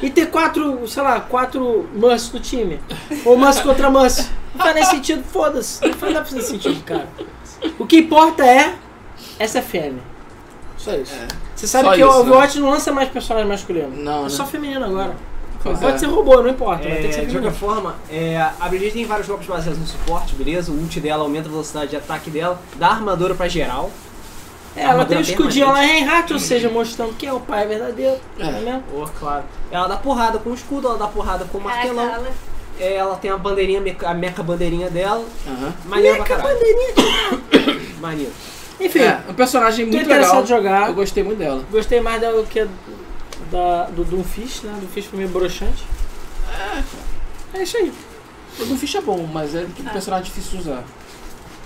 E ter quatro, sei lá, quatro Mans no time. Ou Mans contra Mans. Não faz nem sentido, foda-se. Não faz nada sentido, cara. O que importa é. Essa é fêmea. Só isso.
É.
Você sabe
Só
que
isso,
o
né?
Overwatch não lança mais personagem masculino.
Não,
é
né?
só feminino agora.
Pois
Pode
é.
ser robô, não importa. vai ter que
É,
ser
de
feminino.
qualquer forma, é, a Brigitte tem vários golpes baseados no suporte, beleza? O ult dela aumenta a velocidade de ataque dela, dá armadura pra geral.
É, ela tem
armadura
o escudinho lá
permanente.
em Reinhardt, ou seja, mostrando que é o pai verdadeiro.
Uhum. É.
não é mesmo?
Oh, claro. Ela dá porrada com o escudo, ela dá porrada com o martelão.
Caraca, ela-
É, Ela tem a bandeirinha, meca- a meca bandeirinha dela.
Aham.
Maneiro pra caralho. Maneiro.
Enfim,
É, um personagem
tô
muito legal.
interessado em jogar.
Eu gostei muito dela.
Gostei mais dela do que da, do Doomfist, né? Doomfist foi meio broxante. É isso aí.
O Doomfist é bom, mas é um personagem difícil de usar.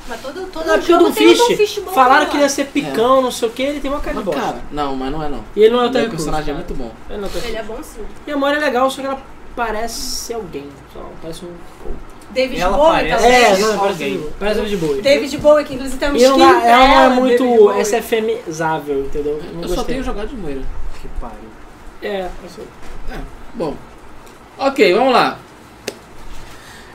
Mas todo, todo
Não, porque o
jogo tem um Doomfist
Doomfist,
bom,
falaram
né,
que ele é ia ser picão, não sei o que, ele tem uma cara de
É. Mas,
bosta.
cara, não, mas não é não.
E ele não é o
Ele é
teu
um personagem muito bom.
Ele não é o teu
Ele
recurso.
é bom sim.
E a Mori é legal, só que ela parece ser alguém. Só, parece um...
David
Ela
Bowie
parece-
também.
É,
não,
alguém.
parece, parece um de boa.
David Bowie, que inclusive tem um
E
skin
não dá-
pra
ela não é
ela, David
muito
Bowie.
SFMizável, entendeu? Não
Eu
gostei.
só tenho jogado de Moira.
Que pariu.
É, eu sou-
Bom. Ok, vamos lá.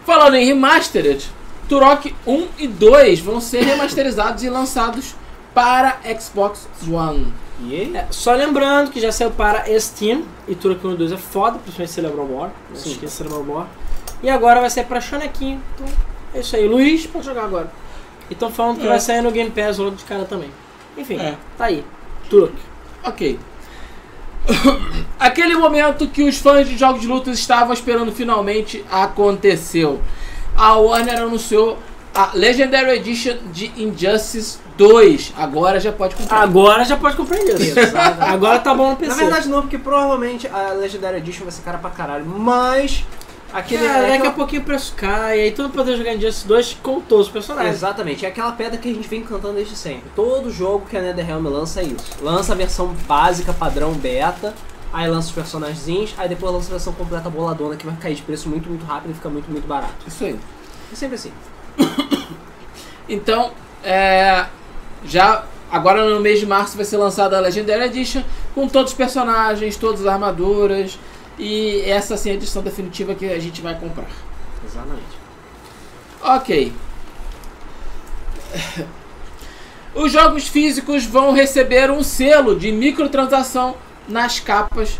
Falando em remastered, Turok 1 e 2 vão ser remasterizados e lançados para Xbox One.
E ele?
é, só lembrando que já saiu para Steam, e Turok 1 e 2 é foda, principalmente Cerebral War. né? Não se
Sim.
esqueça Cerebral War. E agora vai sair para Chonequinho. Então, é isso aí. Luiz, pode jogar agora. E estão falando que
É.
vai sair no Game Pass logo de cara também. Enfim,
É.
tá aí. Turok.
Ok. Aquele momento que os fãs de jogos de luta estavam esperando finalmente aconteceu. A Warner anunciou a Legendary Edition de Injustice 2. Agora já pode comprar.
Agora já pode compreender. Isso. agora tá bom no PC.
Na verdade não, porque provavelmente a Legendary Edition vai ser cara pra caralho, mas aquele
Cara,
é
daqui a
aquela-
pouquinho o preço cai, aí todo mundo poder jogar Injustice 2 com todos os personagens.
Exatamente, é aquela pedra que a gente vem cantando desde sempre. Todo jogo que a NetherRealm lança é isso. Lança a versão básica, padrão beta, aí lança os personagens, aí depois lança a versão completa boladona que vai cair de preço muito, muito rápido e fica muito, muito barato.
Isso aí.
É sempre assim.
Então, é, já agora no mês de março vai ser lançada a Legendary Edition com todos os personagens, todas as armaduras e essa sim é a edição definitiva que a gente vai comprar.
Exatamente.
Ok. Os jogos físicos vão receber um selo de microtransação nas capas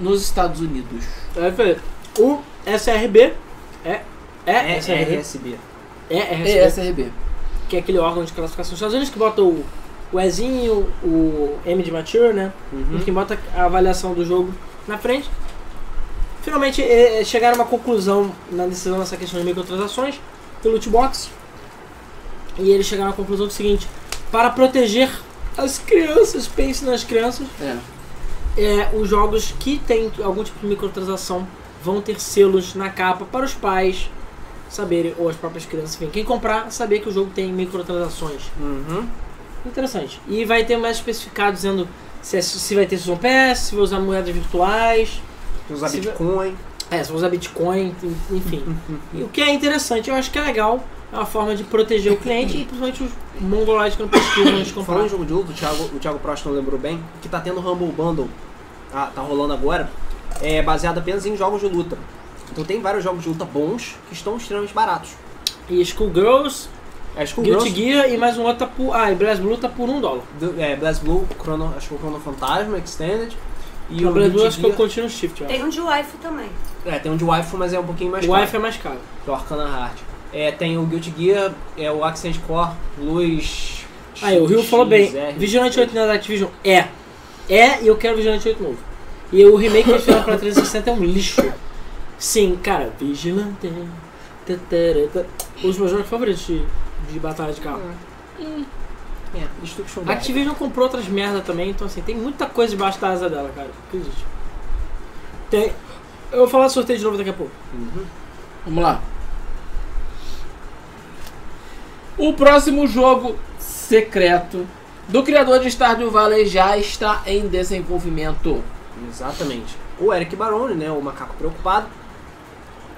nos Estados Unidos.
Aí foi o SRB é é SRB
RSB.
é SRB,
ESRB.
que é aquele órgão de classificação dos Estados Unidos que bota o, o Ezinho, o M de Mature, né? E que bota a avaliação do jogo na frente. Finalmente eh, chegaram a uma conclusão na decisão dessa questão de microtransações pelo loot box. E eles chegaram à conclusão do seguinte: para proteger as crianças, pense nas crianças,
É.
é, os jogos que tem algum tipo de microtransação vão ter selos na capa para os pais saberem, ou as próprias crianças, enfim, quem comprar, saber que o jogo tem microtransações.
Uhum.
Interessante. E vai ter mais especificado dizendo se, é- se vai ter Season Pass, se vai usar moedas virtuais,
Usar
Se-
Bitcoin.
é, se vai usar Bitcoin, en- enfim. E o que é interessante, eu acho que é legal, é uma forma de proteger o cliente e principalmente os mongoloides que não pesquisam antes de
Falando
comprar.
em um jogo de luta, o Thiago, o Thiago Prost não lembrou bem, que tá tendo Humble Bundle, tá, tá rolando agora, é baseado apenas em jogos de luta. Então tem vários jogos de luta bons que estão extremamente baratos.
E Schoolgirls,
É
Guilty
Skullgirls,
Gear e mais um outro tá por. Ah, e Blast Blue tá por um dólar.
do- é, Blast Blue, Chrono, acho que o Chrono Fantasma, Extended, e
E o
o
Tá, Blast Blue acho
Guilty
que eu
Gear.
continuo o shift, ó.
Tem um de waifu também.
É, tem um de Waifu, mas é um pouquinho mais
O
caro,
Wife é mais caro.
que é o Arcana Heart. É, tem o Guilty Gear, é o Accent Core, Luz...
Aí, o Rio falou bem,
XR.
Vigilante 8 na Activision é. É, e eu quero Vigilante 8 novo. E o remake que eles fizeram pra 360 é um lixo. Sim, cara, Vigilante. tã, tã, tã, tã. Os meus jogos favoritos de, de batalha de carro.
É, Destruction
A
Derby.
Activision comprou outras merda também, então assim, tem muita coisa debaixo da asa dela, cara. Não Existe. Tem. Eu vou falar do sorteio de novo daqui a pouco.
Vamos lá. O próximo jogo secreto do criador de Stardew Valley já está em desenvolvimento.
Exatamente. O Eric Barone, né, o macaco preocupado,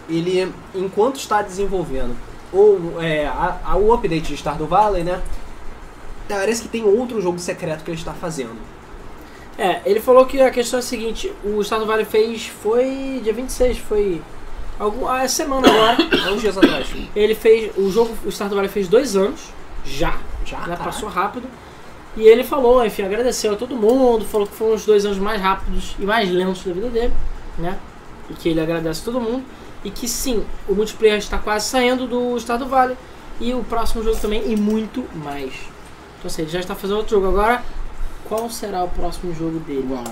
ele, enquanto está desenvolvendo ou é, a- a- o update de Stardew Valley, né, parece que tem outro jogo secreto que ele está fazendo.
É, ele falou que a questão é a seguinte, o Estado Vale fez, foi dia 26, foi algum, ah, essa semana agora,
Há uns dias atrás.
ele fez, o jogo, o Stardew Valley fez dois anos, já,
Já?
né,
Caraca.
passou rápido, e ele falou, enfim, agradeceu a todo mundo, falou que foram os dois anos mais rápidos e mais lentos da vida dele, né, e que ele agradece a todo mundo, e que sim, o multiplayer está quase saindo do Estado Vale, e o próximo jogo também, e muito mais. Então, assim, ele já está fazendo outro jogo agora, qual será o próximo jogo dele?
Uau.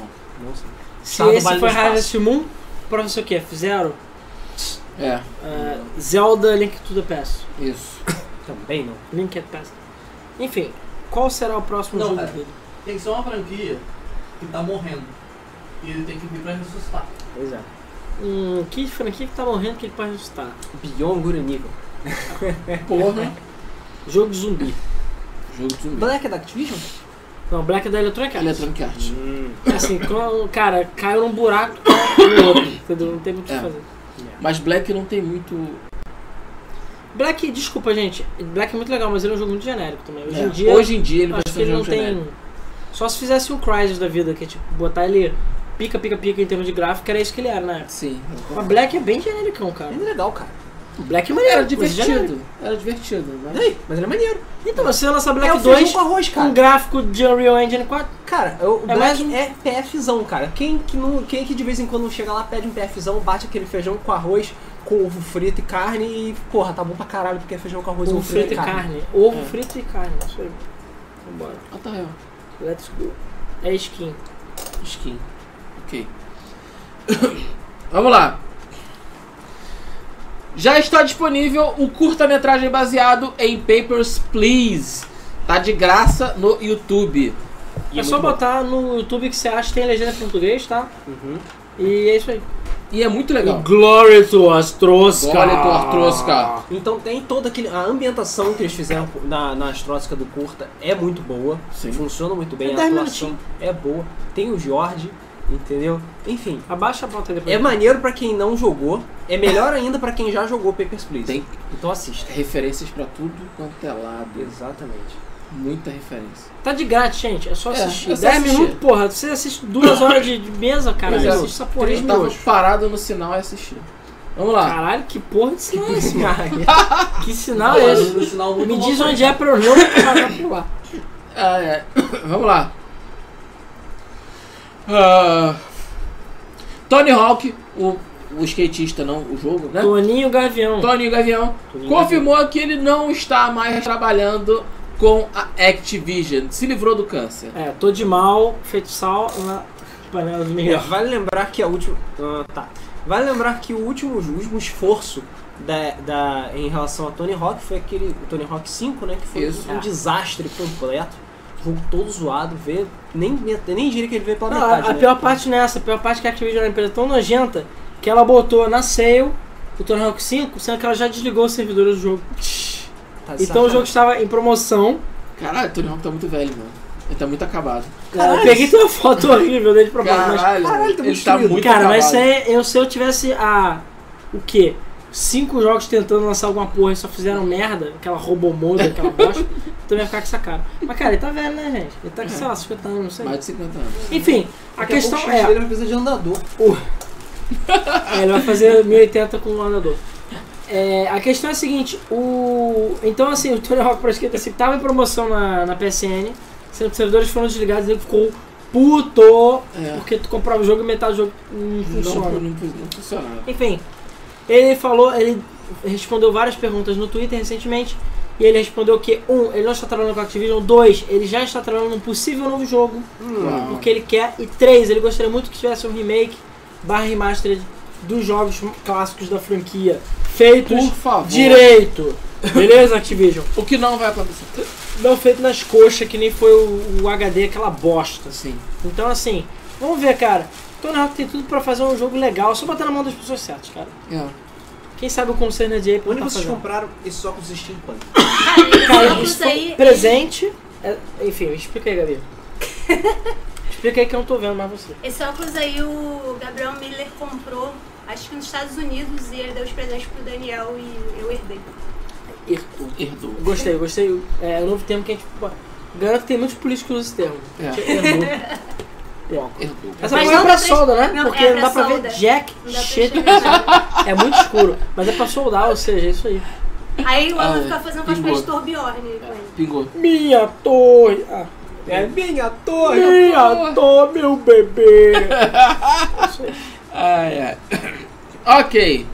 Nossa.
Se
Estado
esse
Vale do
um
foi
Espaço.
Harvest Moon, prova isso aqui, F-Zero,
É,
eh, Zelda Link to the Past.
isso.
Também não.
Link at Past. Enfim, qual será o próximo
Não,
jogo
cara.
dele?
Tem que ser uma franquia que tá morrendo. E ele tem que vir pra ressuscitar.
Pois é.
Hum, que franquia que tá morrendo que ele pode ressuscitar?
Beyond Good and Evil.
Porra.
Jogo de zumbi.
Jogo de zumbi.
Black é da Activision?
Não, Black é da Electronic Arts.
Electronic Arts.
Assim, quando- cara, caiu num buraco no outro, entendeu? Não tem muito o
É.
que fazer.
Mas Black não tem muito.
Black, desculpa, gente. Black é muito legal, mas ele é um jogo muito genérico também. Hoje
é,
em dia,
hoje em dia ele vai
acho que
ser
ele
um
não
jogo genérico.
tem... Só se fizesse um Crysis da vida, que é tipo, botar ele pica, pica, pica em termos de gráfico, era isso que ele era, né?
Sim.
Mas Black é bem genericão, cara.
Ele é legal, cara.
Black é maneiro,
Era
mas genérico.
divertido. Era divertido. Mas...
Ei, mas ele é maneiro.
Então, se você lançar Black
é o feijão
2
com arroz, cara.
com gráfico de Unreal Engine 4,
Cara, o Black é,
mais um-
PFzão, cara. Quem que, não, quem que de vez em quando chega lá, pede um PFzão, bate aquele feijão com arroz, com ovo frito e carne e, porra, tá bom pra caralho, porque é feijão com arroz
ovo
ovo
frito e carne. Ovo
É.
frito e carne, isso aí. Vambora.
Ah, tá, é.
Let's go. É skin.
Skin. Ok. Vamos lá. Já está disponível o curta-metragem baseado em Papers, Please. Tá de graça no YouTube. E
é
é
só
muito bom.
botar no YouTube que você acha, tem legenda em português, tá? E é isso aí.
E é muito legal.
Glory to Astrosca.
Olha, tu artrosca.
Então tem toda aquele. A ambientação que eles fizeram na, na astrótica do curta é muito boa.
Sim.
Funciona muito bem.
É
a
dez
atuação é boa. Tem o Jorge, entendeu? Enfim.
Abaixa a bota depois.
É maneiro pra quem não jogou. É melhor ainda pra quem já jogou Papers, Please.
Tem
Então assista.
referências pra tudo quanto é lado.
Exatamente.
Muita referência.
Tá de grátis, gente. É só
É,
assistir.
é só
10
assistir.
minutos, porra. Você assiste duas horas de de mesa, cara.
Pois é.
Assiste essa porra.
Eu
aí.
tava parado no sinal e assisti. Vamos lá.
Caralho, que porra de sinal é esse, mano? Que sinal é
Falando no
esse?
um sinal muito
Me diz
louco.
onde é pra eu não parar por lá.
Ah, é. Vamos lá. Ah, Tony Hawk, o, o skatista, não o jogo, né?
Toninho Gavião.
Toninho Gavião confirmou que ele não está mais trabalhando com a Activision. Se livrou do câncer.
É, tô de mal, feitiçal na panela do
É,
Miguel.
vale lembrar que a última. ah, tá. Vale lembrar que o último, o último esforço da, da, em relação a Tony Hawk foi aquele. O Tony Hawk 5, né? Que foi
Isso.
É.
um desastre completo. Jogo todo zoado, vê. Nem, nem diria que ele veio pela
Não, a,
metade.
a
né?
pior parte não é essa, a pior parte é que a Activision é uma empresa tão nojenta que ela botou na sale o Tony Hawk 5, sendo que ela já desligou os servidores do jogo.
Tá de
Então o
sacanagem.
jogo estava em promoção.
Caralho, Tony Hawk tá muito velho, mano. Ele tá muito acabado.
Cara, eu peguei toda uma foto horrível dele de propósito.
Caralho,
Caralho, tá
ele tá
destruído.
Mas,
muito
cara,
acabado.
mas isso aí, eu, se eu tivesse a. O quê? Cinco jogos tentando lançar alguma porra e só fizeram merda, aquela robomoda, aquela bosta, então eu ia ficar com essa cara. Mas, cara, ele tá velho, né, gente? Ele tá com, sei lá, 50 anos, não sei.
Mais de 50 anos.
Enfim, a
Daqui
questão
pouco o
é.
X dele vai precisar de andador.
É, ele vai fazer 1080 com um andador. É, a questão é a seguinte, o. Então assim, o Tony Hawk Pro Skater assim, tava em promoção na, na PSN, sendo que os servidores foram desligados e ele ficou puto
É.
porque tu comprava o jogo e metade do jogo não funciona. né?
Não, não, não funcionava.
Enfim, ele falou, ele respondeu várias perguntas no Twitter recentemente. E ele respondeu que, um, ele não está trabalhando com a Activision, dois, ele já está trabalhando num possível novo jogo
Uau.
porque ele quer. E três, ele gostaria muito que tivesse um remake barra remastered dos jogos clássicos da franquia. Feitos
Por favor.
direito. Beleza, Activision?
O que não vai acontecer.
Não feito nas coxas, que nem foi o, o HD, aquela bosta.
Assim.
Então, assim, vamos ver, cara. Tony Hawk tem tudo pra fazer um jogo legal, só botar na mão das pessoas certas, cara.
É.
Quem sabe o conselho de Apple
Onde
tá
vocês
fazendo.
compraram esses óculos de quanto?
Cara, esses
Cara,
óculos
isso foi
aí,
um presente... é, enfim, explica aí, Gabi. explica aí que eu não tô vendo mais você.
Esse óculos aí o Gabriel Miller comprou, acho que nos Estados Unidos, e ele deu os presentes pro Daniel e eu herdei.
Herdou.
Gostei, gostei. É o novo é termo que a gente. Garanto que tem muitos políticos que usam esse termo. Tipo,
É,
Errou o óculos.
Errou.
Essa
Mas
porra é
não
pra
dá pra-
solda, né?
não,
Porque
é
não
pra
dá pra ver
solda.
jack
Não dá pra
shit.
enxergar nada.
É muito escuro. Mas é pra soldar, ou seja, é isso aí.
Aí o Alan
Ah,
fica fazendo
pingou.
cosplay de Torbjorn com ele.
Pingou.
Minha torre. Ah,
É minha torre!
minha torre, meu bebê.
Ai, ai. Ok.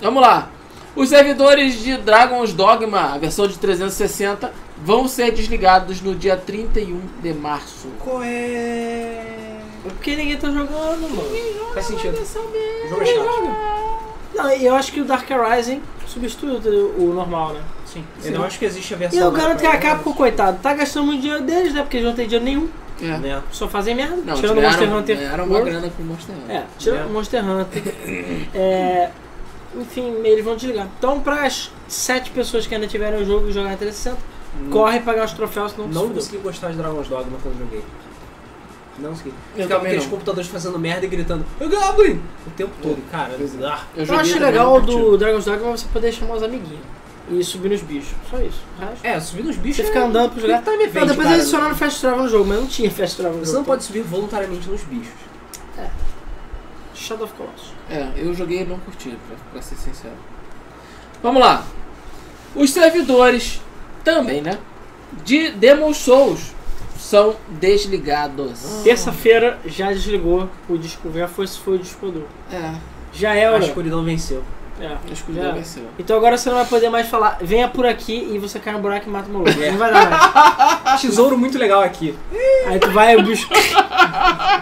Vamos lá. Os servidores de Dragon's Dogma, a versão de 360, vão ser desligados no dia 31 de março.
Qual é?
Porque ninguém tá jogando, mano.
Faz sentido. O jogo é
Ninguém
chato.
joga. Não, e eu acho que o Dark Horizon substitui o o normal, né?
Sim. Eu não acho que existe a versão.
E eu
da-
garanto que a Capcom, coitado, tá gastando muito dinheiro deles, né? Porque eles não tem dinheiro nenhum.
É.
Né?
Só fazem merda.
Não,
tirando o
tiveram-
Monster Hunter.
ganharam uma
World.
grana com o Monster Hunter.
É, tirando o Monster Hunter. É, enfim, eles vão desligar. Então, para as sete pessoas que ainda tiveram o jogo e jogar 360,
Hum.
corre pagar os troféus, senão
Não
se fudeu.
consegui gostar de Dragon's Dogma quando joguei. Não consegui.
Eu
Ficava
também
aqueles
não.
computadores fazendo merda e gritando Eu Goblin! O tempo
É,
todo, cara. Ah,
Eu,
Então, Eu
joguei
achei
também,
legal
não curti.
do Dragon's Dogma você poder chamar os amiguinhos e subir nos bichos. Só isso. O resto-
É, subir nos bichos.
Você fica andando pros lugares.
Tá me
Não, depois eles adicionaram Fast Travel no jogo, mas não tinha Fast Travel no
Você
jogo.
não pode subir voluntariamente nos bichos.
Shadow of Colossus.
É, eu joguei e não curti, pra, pra ser sincero. Vamos lá. Os servidores também, né? De Demon Souls são desligados.
Terça-feira já desligou o disco, já foi, foi o disco duro.
É,
Já é
A
hora.
escuridão venceu.
É.
a escuridão
Já.
venceu.
Então agora você não vai poder mais falar, venha por aqui e você cai no buraco e mata o maluco. Não vai dar mais.
Tesouro muito legal aqui.
Aí tu vai e o bicho.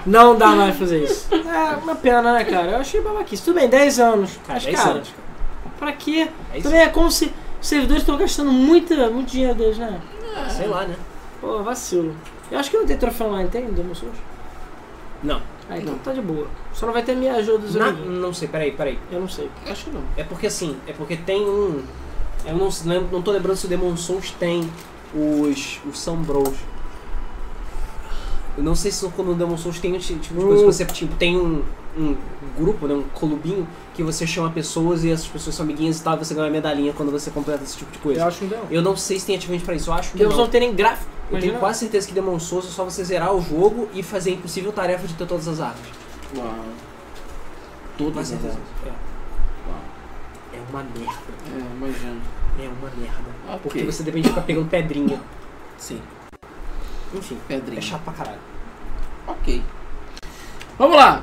Não dá mais fazer isso. É uma pena, né, cara? Eu achei babaquice. Tudo bem, 10 anos. Mas,
é
cara,
cara.
pra quê?
É
Também é como se os servidores estão gastando muita, muito dinheiro deles, né?
Sei lá, né?
Pô, vacilo. Eu acho que não tem troféu online, tem? Do Souls?
Não.
Ah, então
Não.
tá de boa. Só não vai ter minha ajuda dos
Na-
amiguinhos.
não sei, peraí, peraí.
Eu não sei.
Acho que não.
É porque assim, é porque tem um. Eu não se lembro, não tô lembrando se o Demon Souls tem os. os São Bros. Eu não sei se quando o Demon Souls tem esse tipo de coisa que você tipo, tem um, um grupo, né? Um clubinho que você chama pessoas e essas pessoas são amiguinhas e tal, e você ganha uma medalhinha quando você completa esse tipo de coisa.
Eu
Eu,
acho que não.
não sei se tem ativamente pra isso, eu acho que
Porque eles
não.
não tem nem gráfico.
Eu tenho
Imagina.
quase certeza que Demon Souls é só você zerar o jogo e fazer a impossível tarefa de ter todas as armas.
Uau.
Com
Ah. Todas as
certeza.
razões.
É. é uma merda.
É, imagino.
É uma merda. Porque
Ok.
você depende de ficar pegando pedrinha.
Sim,
Enfim,
pedrinha.
é chato pra caralho.
Ok. Vamos lá.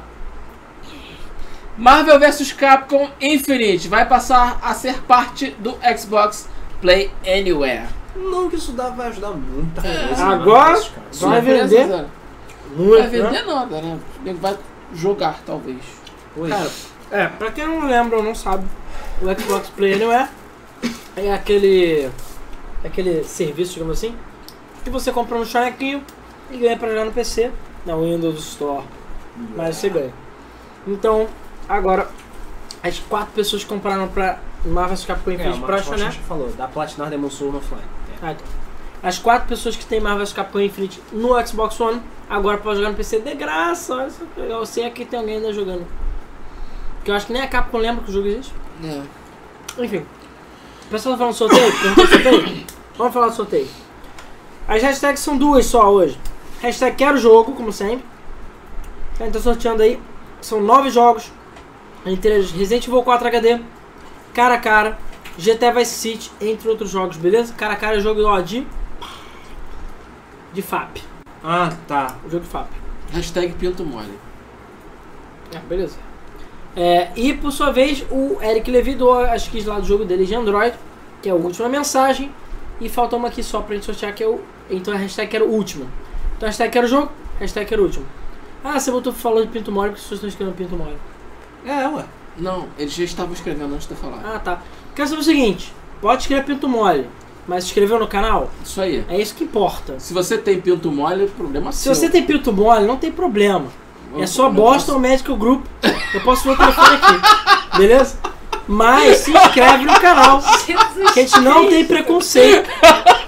Marvel vs Capcom Infinite vai passar a ser parte do Xbox Play Anywhere.
Não que isso dá, vai ajudar muita coisa.
Agora-
mas, cara,
Vai vender?
Zero.
Muito,
Não né? vai
né?
vender nada, né? O nego Vai jogar, talvez.
Pois.
Cara, é, pra quem não lembra ou não sabe, o Xbox Play Anywhere é aquele. é aquele serviço, digamos assim, que você compra um chanequinho e ganha pra jogar no PC, na Windows Store, mas você ganha. Então, agora, as quatro pessoas que compraram pra Marvel vs Capcom
é,
Infinite
o
pra
Marcos Rocha
chanequinho.
já falou, dá Platinar Demon Soul no offline. É.
Ah, então. As quatro pessoas que têm Marvel vs Capcom Infinite no Xbox One agora podem jogar no PC de graça. Olha só que legal. Se é que tem alguém ainda jogando. Porque eu acho que nem a Capcom lembra que o jogo existe.
É.
Enfim. O pessoal tá falando do sorteio? Perguntou do sorteio? Vamos falar do sorteio. As hashtags são duas só hoje. Hashtag quero jogo, como sempre. A gente tá sorteando aí. São nove jogos. Entre eles Resident Evil 4 HD, Cara a Cara, GTA Vice City, entre outros jogos, beleza? Cara a Cara é jogo ó, de... De FAP.
Ah, tá.
O jogo de FAP.
Hashtag Pinto Mole.
É, beleza. É, e por sua vez, o Eric Levy doou as keys lá do jogo dele de Android, que é a última mensagem. E falta uma aqui só pra gente sortear, que é o. Então a hashtag era o último. Então a hashtag era o jogo, a hashtag era o último. Ah, você botou falou de Pinto Mole porque as pessoas estão escrevendo Pinto Mole.
É, ué.
Não, eles já estavam escrevendo antes de eu falar.
Ah, tá. Quero saber o seguinte: pode escrever Pinto Mole, mas se inscreveu no canal?
Isso aí.
É isso que importa.
Se você tem Pinto Mole, problema
Se
seu.
você tem Pinto Mole, não tem problema.
Vamos-
É só
vamos-
Boston Medical Group. Eu posso ver o telefone aqui. Beleza? Mas se inscreve no canal.
Jesus
Que a gente não tem preconceito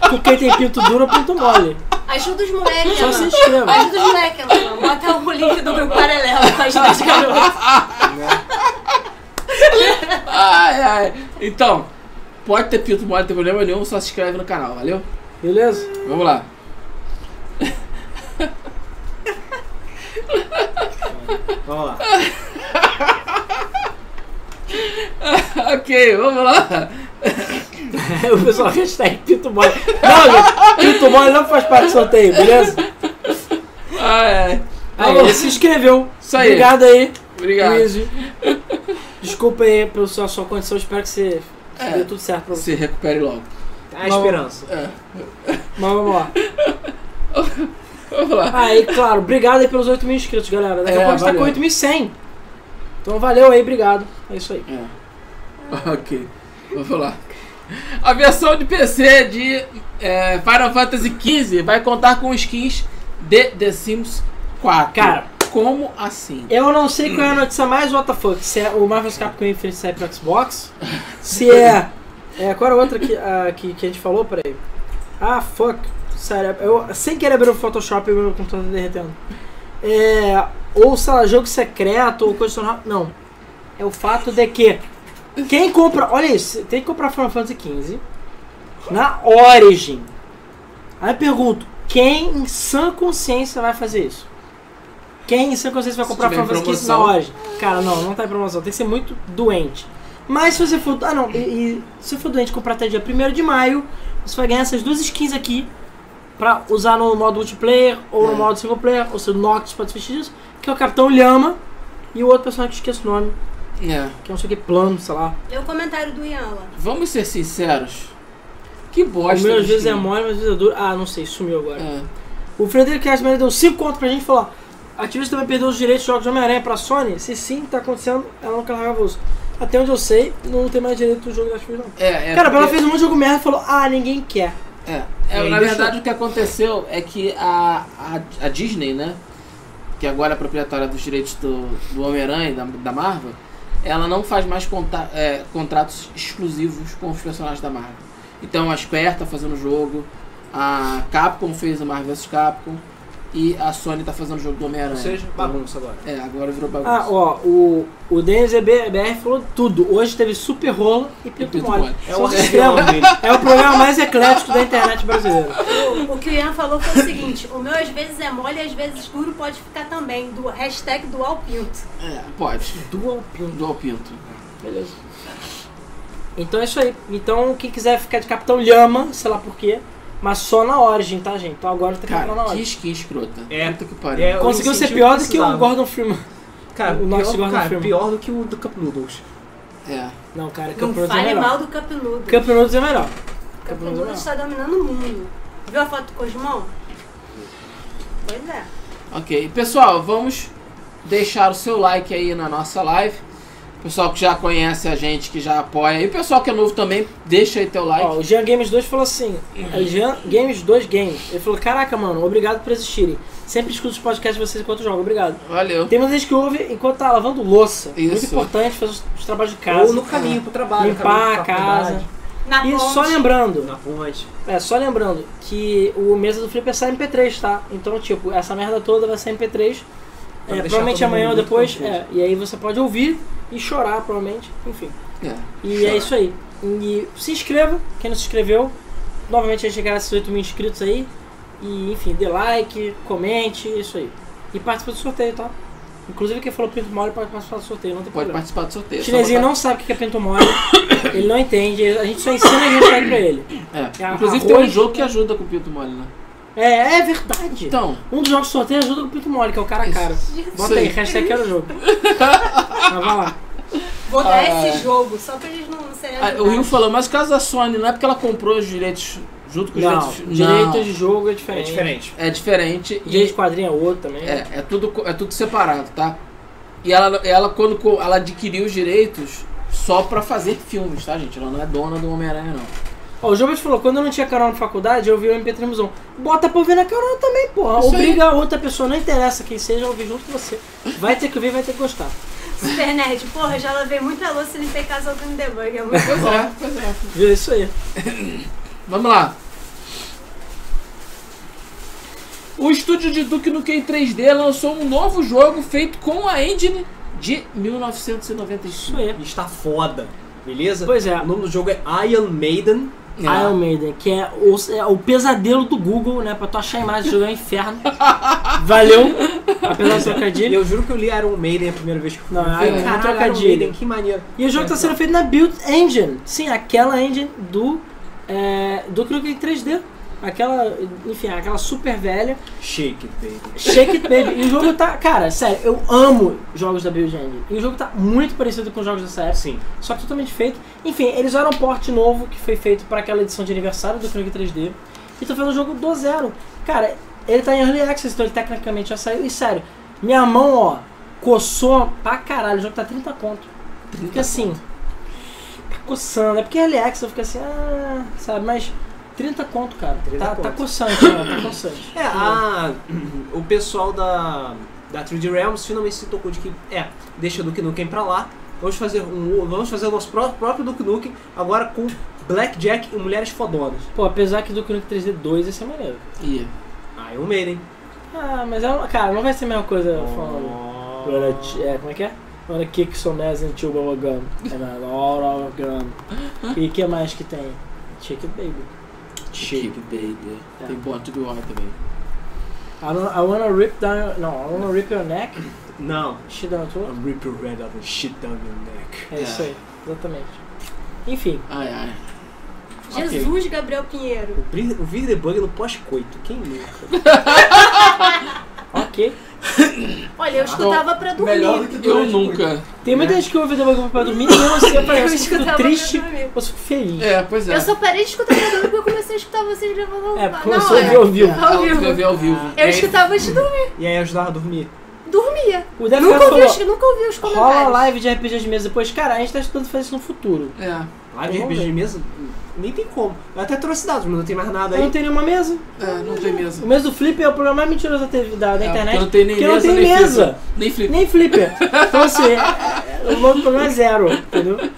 com quem tem pinto duro ou pinto mole.
Ajuda os moleques,
Só se
Alan.
inscreva.
Ajuda os moleques, Alan. Bota o link do meu paralelo pra ajudar os garotos.
Ai, ai. Então, pode ter Pinto Mole, não tem problema nenhum, só se inscreve no canal, valeu?
Beleza?
Vamos lá.
Vamos lá.
ok, vamos lá.
É, o pessoal hashtag Pinto Mole. Não, gente, Pinto Mole não faz parte do sorteio, beleza?
Ah, é.
Aí,
Alô.
ele se inscreveu.
Isso aí.
Obrigado aí,
Obrigado.
Luiz. Desculpa aí pela sua, sua condição, espero que você que
É.
dê tudo certo pra você.
Se recupere logo.
É A esperança.
Mas vamos lá.
Vamos lá.
Aí, claro, obrigado aí pelos 8 mil inscritos, galera. Daqui
É,
a pouco a gente tá
valeu.
com 8.100. Então valeu aí, obrigado. É isso aí.
É. Ok, vamos lá. A versão de PC de é, Final Fantasy XV vai contar com skins de The Sims 4.
Cara.
como assim?
Eu não sei qual é a notícia mais WTF, se é o Marvel's Capcom Infinite sai pro Xbox, se é... é qual era a outra que, a, que, que a gente falou? Peraí. Ah, fuck. Sério, eu sem querer abrir o Photoshop e o meu computador tá derretendo. É, ou, sei lá, jogo secreto ou coisa sonora. Não. É o fato de que quem compra... Olha isso, tem que comprar Final Fantasy XV na Origin. Aí eu pergunto, quem em sã consciência vai fazer isso? Quem em sã consciência vai
Se
comprar
tiver
Final
em
Fantasy XV na
promoção.
Origin? Cara, não, não tá em promoção. Tem que ser muito doente. Mas se você for... Ah, não. E, e se for doente e comprar até dia 1 de maio, você vai ganhar essas duas skins aqui pra usar no modo multiplayer ou
É.
no modo single player, ou se o Noctis pode assistir isso, que é o Capitão Lhama e o outro personagem que eu esqueço o nome,
É.
que é não sei o que, plano, sei lá.
Lê o comentário do Ian lá.
Vamos ser sinceros. Que
Às
bosta. de
vezes é
skin.
mole, mas às vezes é duro. Ah, não sei, sumiu agora.
É.
O Frederico Casmer deu 5 conto pra gente e falou: ó, a Ativista também perdeu os direitos de jogos de Homem-Aranha pra Sony? Se sim, tá acontecendo, ela não carregava os. Até onde eu sei, não tem mais direito do jogo da Ativista, não.
É, é
Cara, ela
porque-
fez um monte de jogo merda e falou: ah, ninguém quer.
É,
E
é,
aí
na
deixou.
verdade o que aconteceu é que a, a, a Disney, né? Que agora é proprietária dos direitos do, do Homem-Aranha, e da, da Marvel, ela não faz mais conta, é, contratos exclusivos com os personagens da Marvel. Então a Square tá fazendo jogo, a Capcom fez o Marvel vs Capcom e a Sony tá fazendo o jogo do Homem-Aranha.
Ou seja, bagunça agora.
É, agora virou bagunça.
Ah, ó, o, o DNZBR falou tudo. Hoje teve super rolo e
E
pinto
Pinto
mole.
Mole.
É o
Só
arrepião
sistema.
dele.
É o programa mais eclético da internet brasileira.
O, o que o Ian falou foi o seguinte: o meu às vezes é mole e às vezes duro pode ficar também. Do hashtag dual pinto.
É, pode.
Dual Pin.
Dual Pinto.
Beleza. Então é isso aí. Então, quem quiser ficar de Capitão Lhama, sei lá por quê, mas só na Origin, tá, gente? Então agora tem que comprar na
Cara, que
Origin.
skin escrota.
É.
Puta que pariu.
É,
Conseguiu
eu
ser
senti
pior
que
do que o
precisava.
Gordon Freeman.
Cara,
O nosso
pior,
Gordon
cara
Freeman.
pior do que o do Cup Noodles.
É.
Não, cara,
Não
Campeonato é
fale
melhor.
mal do Capiludo.
Campeonato é melhor.
Capiludo está dominando o mundo. Viu a foto do Cosmão? Pois é.
Ok, pessoal, vamos deixar o seu like aí na nossa live. Pessoal que já conhece a gente, que já apoia. E o pessoal que é novo também, deixa aí teu like.
Ó, o Jean Games 2 falou assim: é Jean Games 2 Games. Ele falou: Caraca, mano, obrigado por existirem. Sempre escuto os podcasts de vocês enquanto jogam, obrigado.
Valeu.
Tem muita gente que ouve enquanto tá lavando louça. Muito
Isso.
importante fazer os, os trabalhos de
Ou
casa.
no caminho pro trabalho.
limpar a casa.
Na
E
ponte.
só lembrando,
Na ponte.
É, só lembrando que o mesa do Flipper sai MP3, tá? Então, tipo, essa merda toda vai sair MP3.
Pra
É,
deixar
provavelmente
todo
amanhã ou
mundo muito
depois.
confuso.
É, e aí você pode ouvir e chorar, provavelmente. Enfim.
É.
E
Chorar.
é isso aí. E se inscreva, quem não se inscreveu. Novamente a gente chegar a esses 8 mil inscritos aí. E enfim, dê like, comente, isso aí. E participe do sorteio, tá? Inclusive quem falou Pinto Mole pode participar do sorteio, não tem
Pode
problema.
participar do sorteio.
O chinesinho não sabe o que é Pinto Mole, ele não entende, a gente só ensina e hashtag pra ele.
É.
É arroz.
Inclusive tem um jogo que ajuda com o Pinto Mole, né?
É, é verdade.
Então,
Um dos jogos de sorteio ajuda com o Pinto Mole, que é o cara a cara. Bota aí,
aí.
hashtag quero jogo. Mas vai lá.
Vou dar
Ah.
é.
esse jogo, só pra eles não serem
ah, o
ajudados.
Rio falou, mas caso da Sony, não é porque ela comprou os direitos junto com os
Não,
direitos.
direito
Não.
de jogo é
É
diferente.
diferente.
É diferente. e-
Direito de quadrinho é outro também.
É, é tudo, co- é tudo separado, tá? E ela, ela quando co- ela adquiriu os direitos só pra fazer filmes, tá, gente? Ela não é dona do Homem-Aranha, não.
Ó, o Jovem falou, quando eu não tinha carona na faculdade, eu ouvi o MP3 Musão. Bota pra ouvir na carona também, porra.
Isso aí.
Obriga a outra pessoa, não interessa quem seja, a ouvir junto com você. Vai ter que ouvir, vai ter que gostar.
Super nerd, porra, já lavei muita louça e limpei casa ouvindo The Bug. É muito
Pois é, pois é.
Viu? É isso aí.
Vamos lá. O estúdio de Duke Nukem 3D lançou um novo jogo feito com a engine de
Isso
1995.
aí.
Está foda. Beleza?
Pois é.
O nome do jogo é Iron Maiden
Iron Maiden, que é o, é o pesadelo do Google, né? Pra tu achar a imagem do jogo é um inferno. Valeu! Apesar do
E
trocadilho.
eu juro que eu li Iron Maiden a primeira vez que eu fui.
Não,
no
Iron
filme.
Maiden,
Caralho,
trocadilho.
Iron Maiden, que maneiro.
E o jogo tá sendo feito na Build Engine. Sim, aquela engine do. É, do Crooked 3D. Aquela. Enfim, aquela super velha.
Shake, baby.
Shake It Baby. E o jogo tá. Cara, sério, eu amo jogos da Build Engine. E o jogo tá muito parecido com os jogos dessa época.
Sim.
Só que totalmente feito. Enfim, eles usaram um porte novo que foi feito para aquela edição de aniversário do Crank 3D. E tô fazendo o jogo do zero. Cara, ele tá em early access, então ele tecnicamente já saiu. E sério, minha mão, ó, coçou pra caralho. O jogo tá 30 conto. Fica assim. Tá coçando. É porque early access eu fico assim, ah, sabe? Mas 30 conto, cara.
30
tá, tá
conto.
coçante, ó, tá coçante.
É, a, o pessoal da, da 3D Realms finalmente se tocou de que, é, deixa o Duke Nukem pra lá, vamos fazer, um, vamos fazer o nosso pró- próprio Duke Nukem, agora com Blackjack e mulheres fodonas.
Pô, apesar que do Crank 3D 2 ia ser maneiro.
Ih,
Aí o Maiden.
Ah, mas é, um- cara, não vai ser a mesma coisa falando. Wanna
Oh.
ch- é, como é que é? Wanna kick some ass and chew bubble gum. And a lot of gum. E o que mais que tem? Chick it, baby.
Shake.
Keep Baby. É. Tem Bond do War também.
I, don't, I wanna rip down... Não, I wanna rip your neck.
Não.
Shit down to
I'm rip your red out and shit down your neck.
É isso aí, exatamente. Enfim,
Ai, ai.
Jesus Gabriel Pinheiro.
O Bri- O Vida Bug no pós-coito, quem nunca?
ok.
Olha, eu escutava pra dormir.
Melhor do que
Eu
durante o
nunca.
Tem muita gente que ouve The Bug pra dormir e eu não sei aparece.
Eu
Eu fico
escutava
triste,
pra dormir.
eu fico feliz.
É, pois é.
Eu só parei de escutar pra dormir porque eu comecei a escutar vocês gravando
É,
na
porque começou a ouvir,
hora.
ouviu.
É
Ao vivo.
Eu vi ao vivo.
Eu
É,
escutava antes de dormir.
E aí ajudava a dormir.
Dormia.
O Death
Nunca
Cab
ouvi, tipo os,
falou,
nunca ouvi os
rola
comentários.
live de RPG de mesa depois. Cara, a gente tá estudando fazer isso no futuro.
É,
Live de
Vamos
RPG
ver.
de mesa? Nem tem como. Eu até trouxe dados, mas não tem mais nada
Eu não
aí.
tenho nenhuma mesa.
é, não tem mesa.
O mês do Flipper é o programa mais mentiroso da, TV da, da
É,
internet.
porque não tem nem
porque não
mesa,
tem
nem
mesa.
Nem flip.
Nem Flipper. Então assim, é- é- o nome do programa é zero, entendeu?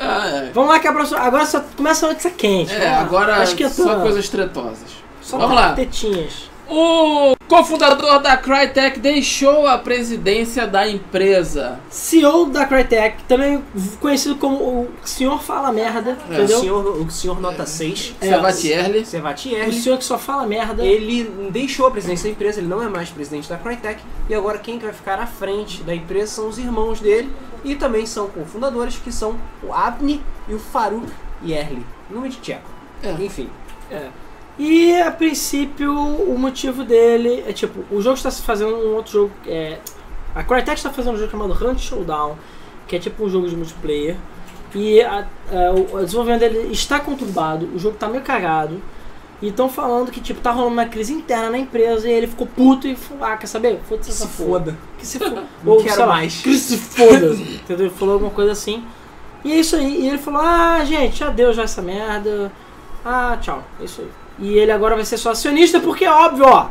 Ah, é.
Vamos lá que a próxima. Agora só começa a notícia quente.
É,
vamos lá.
agora
Acho que é
só
só-
coisas tretosas.
Só
Vamos lá.
tetinhas.
O cofundador da Crytek deixou a presidência da empresa.
CEO da Crytek, também conhecido como o senhor fala merda,
É.
O
entendeu?
senhor, o senhor nota 6,
É,
Savatierli.
O
Sevatierli,
senhor que só fala merda.
ele deixou a presidência da empresa, ele não é mais presidente da Crytek, e agora quem que vai ficar à frente da empresa são os irmãos dele, e também são cofundadores, que são o Abni e o Faruk Yerli, nome de tcheco.
É.
Enfim,
E a princípio o motivo dele é tipo, o jogo está se fazendo um outro jogo. É, a Crytek está fazendo um jogo chamado Hunt Showdown, que é tipo um jogo de multiplayer. E a- a- o o desenvolvimento dele está conturbado, o jogo está meio cagado. E estão falando que tipo, tá rolando uma crise interna na empresa e ele ficou puto e falou, ah, quer saber? Foda-se essa
se
porra.
foda.
Que se foda.
Não
Ou,
quero
sei lá,
mais.
Que se foda. Entendeu? Ele Falou alguma coisa assim. E é isso aí. E ele falou, ah, gente, já deu já essa merda. Ah, tchau. É isso aí. E ele agora vai ser só acionista porque é óbvio, ó.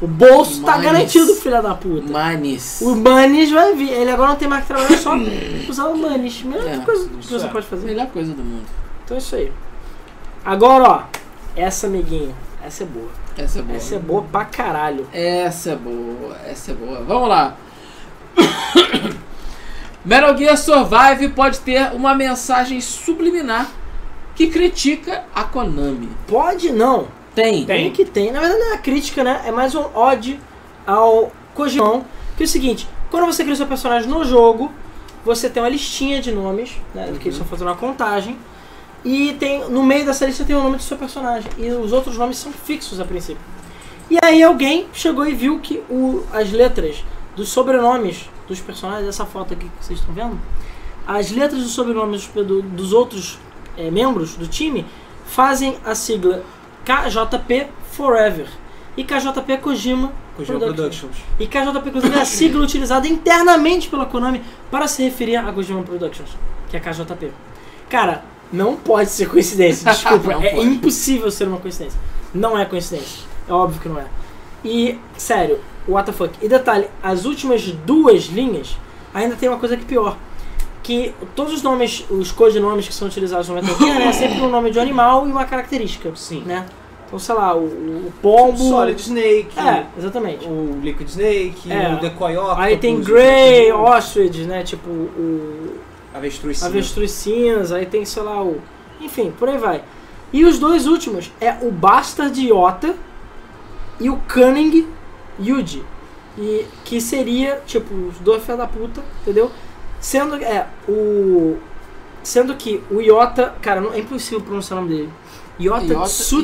O bolso tá
Mas-
garantido, filha da puta.
Manis.
O Manis vai vir. Ele agora não tem mais que trabalhar, é só usar o Manis. Melhor
É,
coisa que
isso
você
é.
pode fazer.
Melhor coisa do mundo.
Então é isso aí. Agora, ó. Essa, amiguinho. Essa é boa.
Essa é boa.
Essa é boa pra caralho.
Essa é boa, essa é boa. Vamos lá. Metal Gear Survive pode ter uma mensagem subliminar que critica a Konami.
Pode não.
Tem.
Tem que tem. Na verdade, não é uma crítica, né? É mais um ode ao Kojimão. Que é o seguinte: quando você cria o seu personagem no jogo, você tem uma listinha de nomes, né? Que eles estão fazendo uma contagem. E tem, no meio dessa lista tem o nome do seu personagem. E os outros nomes são fixos a princípio. E aí alguém chegou e viu que o, as letras dos sobrenomes dos personagens, essa foto aqui que vocês estão vendo, as letras dos sobrenomes dos, do- dos outros eh, membros do time fazem a sigla KJP Forever. E KJP é Kojima,
Kojima
Productions.
Productions.
E KJP Kojima é a sigla utilizada internamente pela Konami para se referir a Kojima Productions, que é KJP. Cara, não pode ser coincidência, desculpa.
Não
é
pode.
impossível ser uma coincidência. Não é coincidência. É óbvio que não é. E, sério, what the fuck. E detalhe, as últimas duas linhas ainda tem uma coisa que é pior. Que todos os nomes, os codinomes que são utilizados no Metal Gear, né, é sempre um nome de um animal e uma característica,
Sim.
né? Então, sei lá, o, o pombo...
Solid Snake,
É, exatamente.
o Liquid Snake,
É.
o Decoy Octopus,
Aí tem
o
Grey,
Octopus,
Ostrich, né? Tipo, o
Avestruz Cinza.
Avestruz Cinza, aí tem, sei lá, o. Enfim, por aí vai. E os dois últimos é o Bastard Iota e o Cunning Yuji. E que seria, tipo, os dois filha da puta, entendeu? Sendo é o sendo que o Iota, cara, não, é impossível pronunciar o nome dele. Iota,
Iota e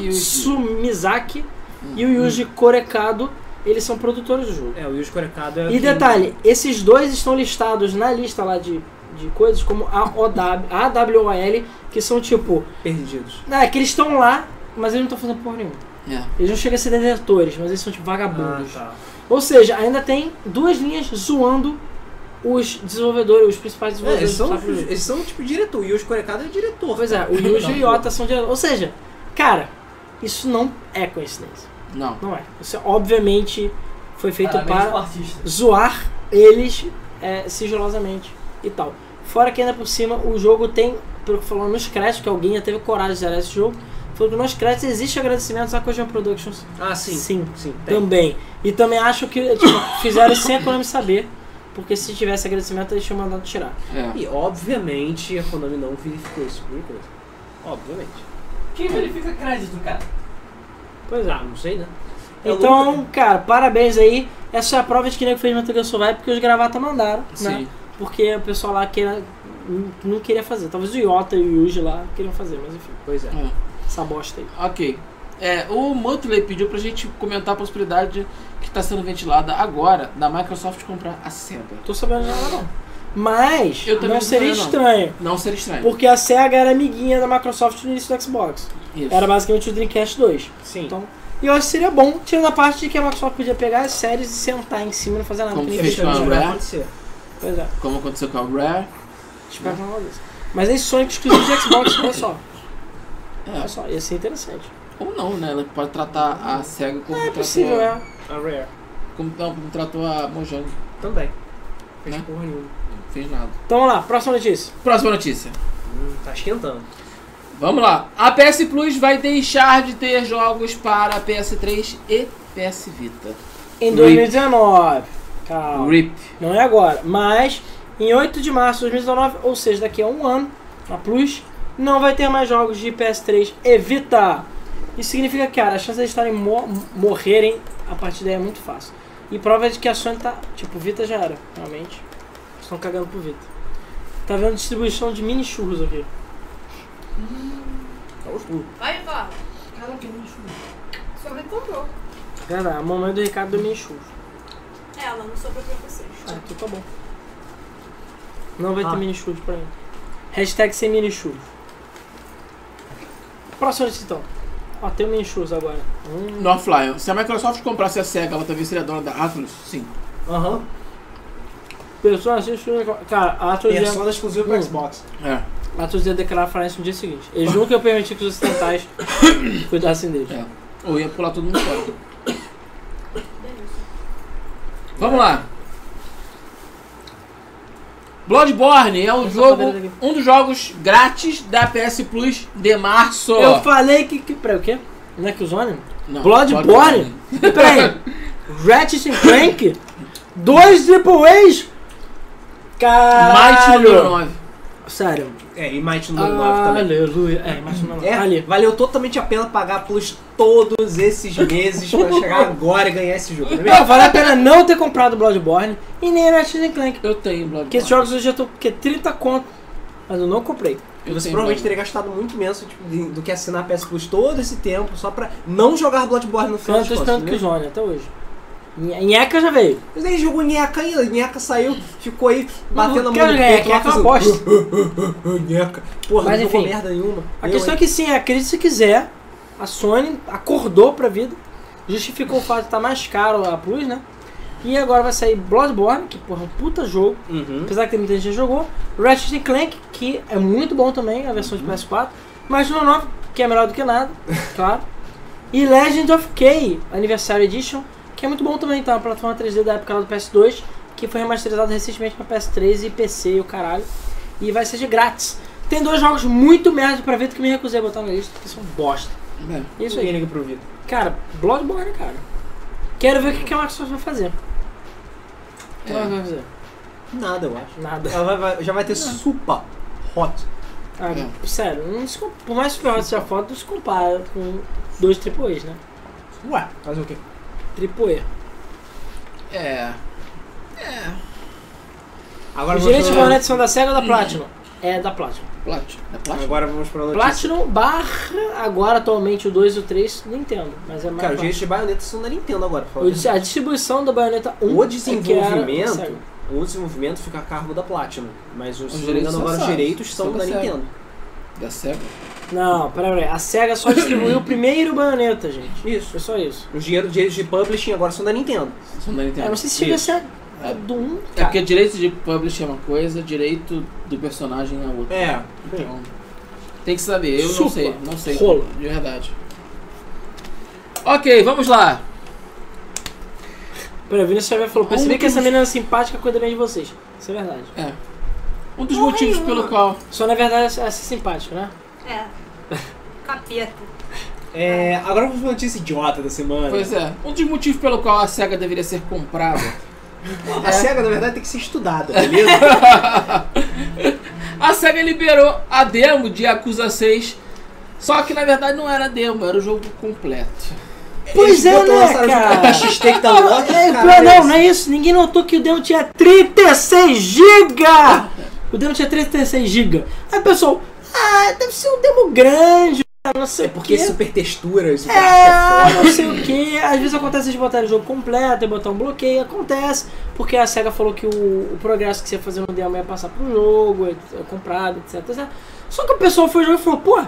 Yuji.
Tsutsumizaki e o Yuji Korekado, eles são produtores do jogo.
É, o Yuji Korekado é...
E detalhe, esses dois estão listados na lista lá de, de coisas como a OW, a AWOL, que são tipo.
Perdidos.
É, que eles estão lá, mas eles não estão fazendo porra nenhuma.
É.
Eles não chegam a ser detentores, mas eles são tipo
Ah,
vagabundos.
tá.
Ou seja, ainda tem duas linhas zoando os desenvolvedores, os principais
É, eles,
desenvolvedores.
são,
sabe?
eles são tipo diretor. E o Yuji Korekado é diretor.
Pois é, o Yuji e o Iota são diretores. Ou seja, cara, isso não é coincidência.
Não.
Não é. Isso obviamente foi feito
Ah,
Parabéns
para
pro artista.
zoar eles é, sigilosamente e tal. Fora que ainda por cima o jogo tem, pelo que falou nos créditos, que alguém já teve coragem de zerar esse jogo, falou que nos créditos existe agradecimentos à Kojima Productions
Ah, sim.
Sim.
Sim, tem.
também. E também acho que tipo, fizeram sem a Konami saber, porque se tivesse agradecimento eles tinham mandado tirar.
É.
E, obviamente, a Konami não verificou isso por enquanto. Obviamente.
Quem verifica crédito, cara?
Pois é, não sei, né? É
Então,
louco.
cara, parabéns aí. Essa é a prova de que nego fez Metal Gear Survive porque os gravata mandaram, né?
Sim.
Porque o pessoal lá queira, não queria fazer. Talvez o Iota e o Yuji lá queriam fazer, mas enfim,
Pois é.
É.
essa bosta aí.
Ok. É, o Motley pediu pra gente comentar a possibilidade que está sendo ventilada agora da Microsoft comprar a SEGA.
Tô sabendo de nada não. Mas
Eu também
não
não
seria
sabia, não.
estranho,
Não seria estranho.
porque a SEGA era amiguinha da Microsoft no início do Xbox.
Isso.
Era basicamente o Dreamcast 2.
Sim.
Então, e eu acho que seria bom, tirando a parte de que a Microsoft podia pegar as séries e sentar em cima e não fazer nada.
Como
que nem
fez
fez.
com a
Eventualmente vai
Rare,
acontecer.
Pois é,
como aconteceu com a Rare.
espero que não aconteça. Mas esse Sonic exclusivo de Xbox, olha só.
É,
Olha só, ia ser interessante.
Ou não, né? Ela pode tratar a SEGA como
É
tratou
possível,
a...
é.
A Rare.
Como, não, como tratou a Mojang.
Também. Fez
Né?
porra nenhuma.
Não fez nada.
Então vamos lá, próxima notícia.
Próxima notícia.
Hum, tá esquentando.
Vamos lá. A PS Plus vai deixar de ter jogos para PS3 e PS Vita.
Em
Rip.
2019. Calma.
RIP.
Não é agora, mas em 8 de março de 2019, ou seja, daqui a um ano, a Plus não vai ter mais jogos de PS3 Evita. Isso significa que, cara, a chance de estarem mo- morrerem a partir daí é muito fácil. E prova de que a Sony tá. Tipo, Vita já era, realmente. Estão cagando pro Vita. Tá vendo distribuição de mini churros aqui.
Tá os pulos.
Vai embora.
Caraca, que lixo.
Sua mãe comprou.
Cara, a mamãe do Ricardo do mini churros.
Ela, não sobrou pra vocês.
Ah, aqui tá bom. Não vai
Ah.
ter mini churros pra mim. Hashtag sem mini churros. Próxima notícia então. Ó, tem o mini churros agora. Hum.
North Lion. Se a Microsoft comprasse a SEGA, ela talvez seria dona da Atlus? Sim.
Aham.
Persona 6 churros. Cara, a Atos ia,
Persona exclusiva
Hum.
pro Xbox.
É.
a Atos ia declarar a França no dia seguinte. Eles nunca iam permitir que os ocidentais cuidassem deles.
é. Ou ia pular todo mundo fora. Vamos lá. Bloodborne é um
Essa
jogo,
cadeira daqui.
um dos jogos grátis da PS Plus de março.
Eu falei que. que peraí, o quê? Não é que os ônibus?
Não,
Bloodborne? Peraí. Ratchet and Clank? Dois AAAs?
Might número
Caralho!
9.
Sério.
É, e Might número 9 também.
Aleluia. É, mas não
É,
Ali.
valeu totalmente a pena pagar plus todos esses meses pra chegar agora e ganhar esse jogo. é Primeiro,
Não, vale a pena não ter comprado Bloodborne e nem Ratchet and Clank.
Eu tenho Bloodborne.
Porque esses jogos hoje eu tô que 30 conto, mas eu não comprei.
Eu
você
tenho
provavelmente
Bloodborne.
teria gastado muito menos tipo, de- do que assinar a PS Plus todo esse tempo só pra não jogar Bloodborne no final
Então eu
das
tô
contas.
esperando que o
entendeu?
Zone até hoje. Nhe- Nheca já veio.
Mas aí jogou Nheca ainda, Nheca saiu, ficou aí batendo a
Não
mão
quero
no
ganhar,
peito, lá
Nheca é uma
fazendo...
bosta.
Nheca. Porra,
Mas
não jogou
enfim,
merda nenhuma.
A
Eu,
questão é
hein?
que sim, acredite se quiser, a Sony acordou pra vida, justificou o fato de estar mais caro a Plus, né? E agora vai sair Bloodborne, que porra, é um puta jogo.
Uhum.
Apesar que tem muita gente que já jogou. Ratchet and Clank, que é muito bom também, a versão de PS4. Mas no 9, que é melhor do que nada, claro. E Legend of K Anniversary Edition, que é muito bom também, tá? Uma plataforma 3D da época lá do PS2, que foi remasterizada recentemente pra PS3 e PC e o caralho. E vai ser de grátis. Tem dois jogos muito merda pra ver que me recusei a botar na lista, que são bosta.
É.
É Isso
Ninguém
aí.
liga pro Vitor.
Cara, Bloodborne, cara. Quero ver o que que a Microsoft vai fazer. O que
É.
ela vai fazer?
Nada, eu acho.
Nada.
Ela vai- vai- já vai ter Supa Hot.
Ah, Sério, não se com- por mais superior que seja a foto, não se compara com dois AAAs, né?
Ué, fazer o quê?
AAA.
É.
Agora
Os direitos de
vamos
marionete são da SEGA ou da Platinum? É da Platinum.
Platinum. É
pra...
Platinum?
Agora vamos pra notícia.
Platinum barra agora atualmente o 2 e o 3 Nintendo, mas é mais
Cara, os
Platinum.
direitos de baioneta são da Nintendo agora, por favor.
O dis- A distribuição da baioneta 1
O
é que era
desenvolvimento,
SEGA.
o desenvolvimento fica a cargo da Platinum, mas os,
Os
se não me engano,
direitos
agora os
são
direitos são
são
da
da Sega.
Nintendo.
Da SEGA.
Não, pera aí. A SEGA só distribuiu o primeiro baioneta, gente.
Isso.
Foi só isso.
Os dinheiro- direitos de publishing agora são da Nintendo.
São da Nintendo.
É, não sei se chega a
Isso.
ser a- do 1.
É porque direito de publish é uma coisa, direito do personagem é outra.
É.
Então, tem que saber, eu
Supla.
não sei, não sei.
Rola.
De verdade. Ok, vamos lá.
Pera, o Vinícius Xavier falou, percebi
Como
que
que
essa
você-
menina é simpática cuida bem de vocês. Isso é verdade.
É. Um dos motivos pelo qual.
Só na verdade essa essa é simpática, né?
É. Capeta.
É, agora vamos pra notícia idiota da semana.
Pois é, um dos motivos pelo qual a SEGA deveria ser comprada.
A SEGA, na verdade, tem que ser estudada, tá beleza?
A SEGA liberou a demo de Yakuza 6. Só que na verdade não era demo, era o jogo completo.
Pois é,
botam
né,
essa-
cara?
A XT que tá no lote,
É,
cara,
pior não,
beleza.
não é isso. Ninguém notou que o demo tinha 36 GB. O demo tinha 36 GB. Aí, pessoal, ah, deve ser um demo grande, não sei
é Porque
o quê.
super textura, isso
É, não sei o que. Às vezes acontece de botar o jogo completo e botar um bloqueio. Acontece, porque a SEGA falou que o, o progresso que você ia fazer no demo ia passar pro jogo, é, é comprado, etc, etc. Só que o pessoal foi jogar e falou, pô,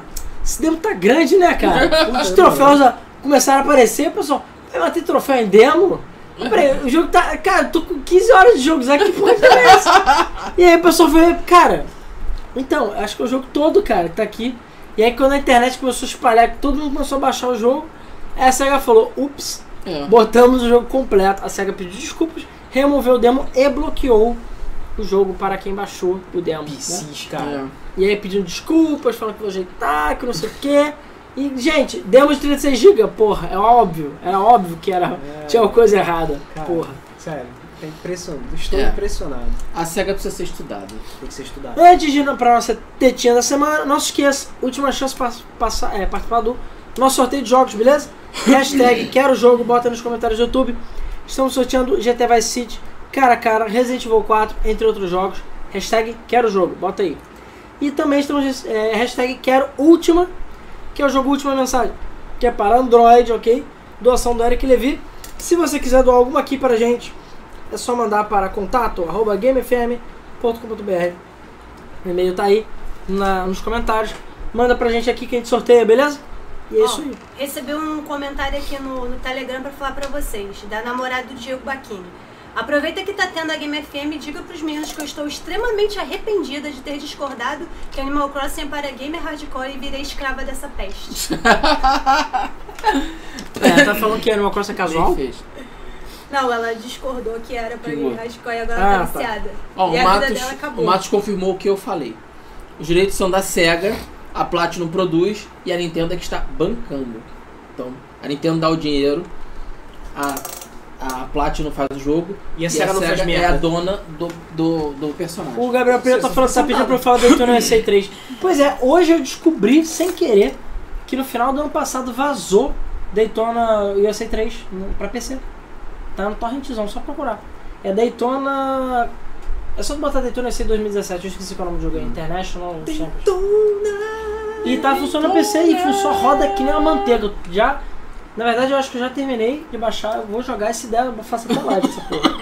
esse demo tá grande, né, cara? Os troféus já começaram a aparecer, o pessoal. Vai bater troféu em demo? Peraí, o jogo tá. Cara, eu tô com 15 horas de jogos aqui, porra, que é essa? E aí o pessoal foi, cara, então, acho que é o jogo todo, cara, que tá aqui. E aí quando a internet começou a espalhar, que todo mundo começou a baixar o jogo, a SEGA falou, ups,
É.
botamos o jogo completo. A SEGA pediu desculpas, removeu o demo e bloqueou o jogo para quem baixou o demo. né?
PCs, cara.
é.
E aí pedindo desculpas, falando que vou ajeitar, que não sei o quê. E, gente, demos 36 GB, porra, é óbvio, era óbvio que era,
É.
tinha uma coisa errada,
Cara.
porra.
Sério, tá impressionado. Estou
É.
impressionado.
A SEGA precisa ser estudada.
Tem que ser estudado.
Antes de ir para nossa tetinha da semana, não se esqueça, última chance para passar, é, participar do nosso sorteio de jogos, beleza? Hashtag quero o jogo, bota nos comentários do YouTube. Estamos sorteando GT Vice City, cara a cara, Resident Evil 4, entre outros jogos. Hashtag quero o jogo, bota aí. E também estamos é, hashtag quero última, que é o jogo Última Mensagem, que é para Android, ok? Doação do Eric Levi. Se você quiser doar alguma aqui pra gente, é só mandar para contato arroba gamefm.com.br o e-mail tá aí na- nos comentários. Manda pra gente aqui que a gente sorteia, beleza? E é
Ó,
isso aí.
Recebi um comentário aqui no, no Telegram pra falar pra vocês, da namorada do Diego Baquini. Aproveita que tá tendo a Game FM e diga pros meninos que eu estou extremamente arrependida de ter discordado que Animal Crossing é para gamer hardcore e virei escrava dessa peste.
É, tá falando que era uma coisa casual?
Bem fez.
Não, ela discordou que era pra
Que
gamer
bom.
hardcore e agora ela
Ah,
tá
tá.
viciada.
Ó,
e
o
a vida
Matos,
dela acabou.
o Matos confirmou o que eu falei. Os direitos são da SEGA, a Platinum produz e a Nintendo é que está bancando. Então, a Nintendo dá o dinheiro, a, a Platinum faz o jogo
E a SEGA não faz
é a
merda.
dona do, do, do personagem.
O Gabriel Pereira tá falando, tá pedindo pra eu falar do Daytona USA 3. Pois é, hoje eu descobri, sem querer, que no final do ano passado vazou Daytona USA 3 no- pra PC. Tá no torrentzão, só procurar. É Daytona... É só botar Daytona USA 2017, eu esqueci qual é o nome do jogo, é International Champions. E tá funcionando o PC e fun- só roda que nem uma manteiga. Eu Já, na verdade, eu acho que eu já terminei de baixar. Eu vou jogar e se der, eu faço até live essa porra.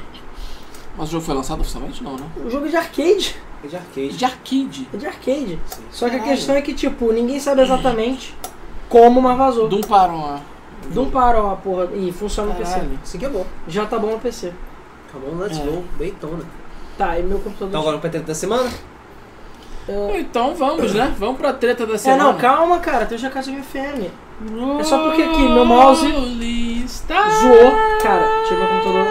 Mas o jogo foi lançado oficialmente? Não, né?
O jogo é de arcade.
É de arcade. Ah,
De arcade.
É de arcade.
Sim.
Só que a
Caralho.
questão é que, tipo, ninguém sabe exatamente como, mas vazou.
Doom Paron. ah.
Não parou a porra. E funciona no PC.
Caralho.
Isso aqui é bom.
Já tá bom no PC.
Acabou, let's
É.
go. Daytona.
Tá, e meu computador.
Então agora o patente da semana?
É,
Então vamos, né? Vamos pra treta da
é,
semana.
não, calma, cara. Tem o Jacassi FM.
calma.
É só porque aqui, meu mouse Zoou. Cara, tive meu computador.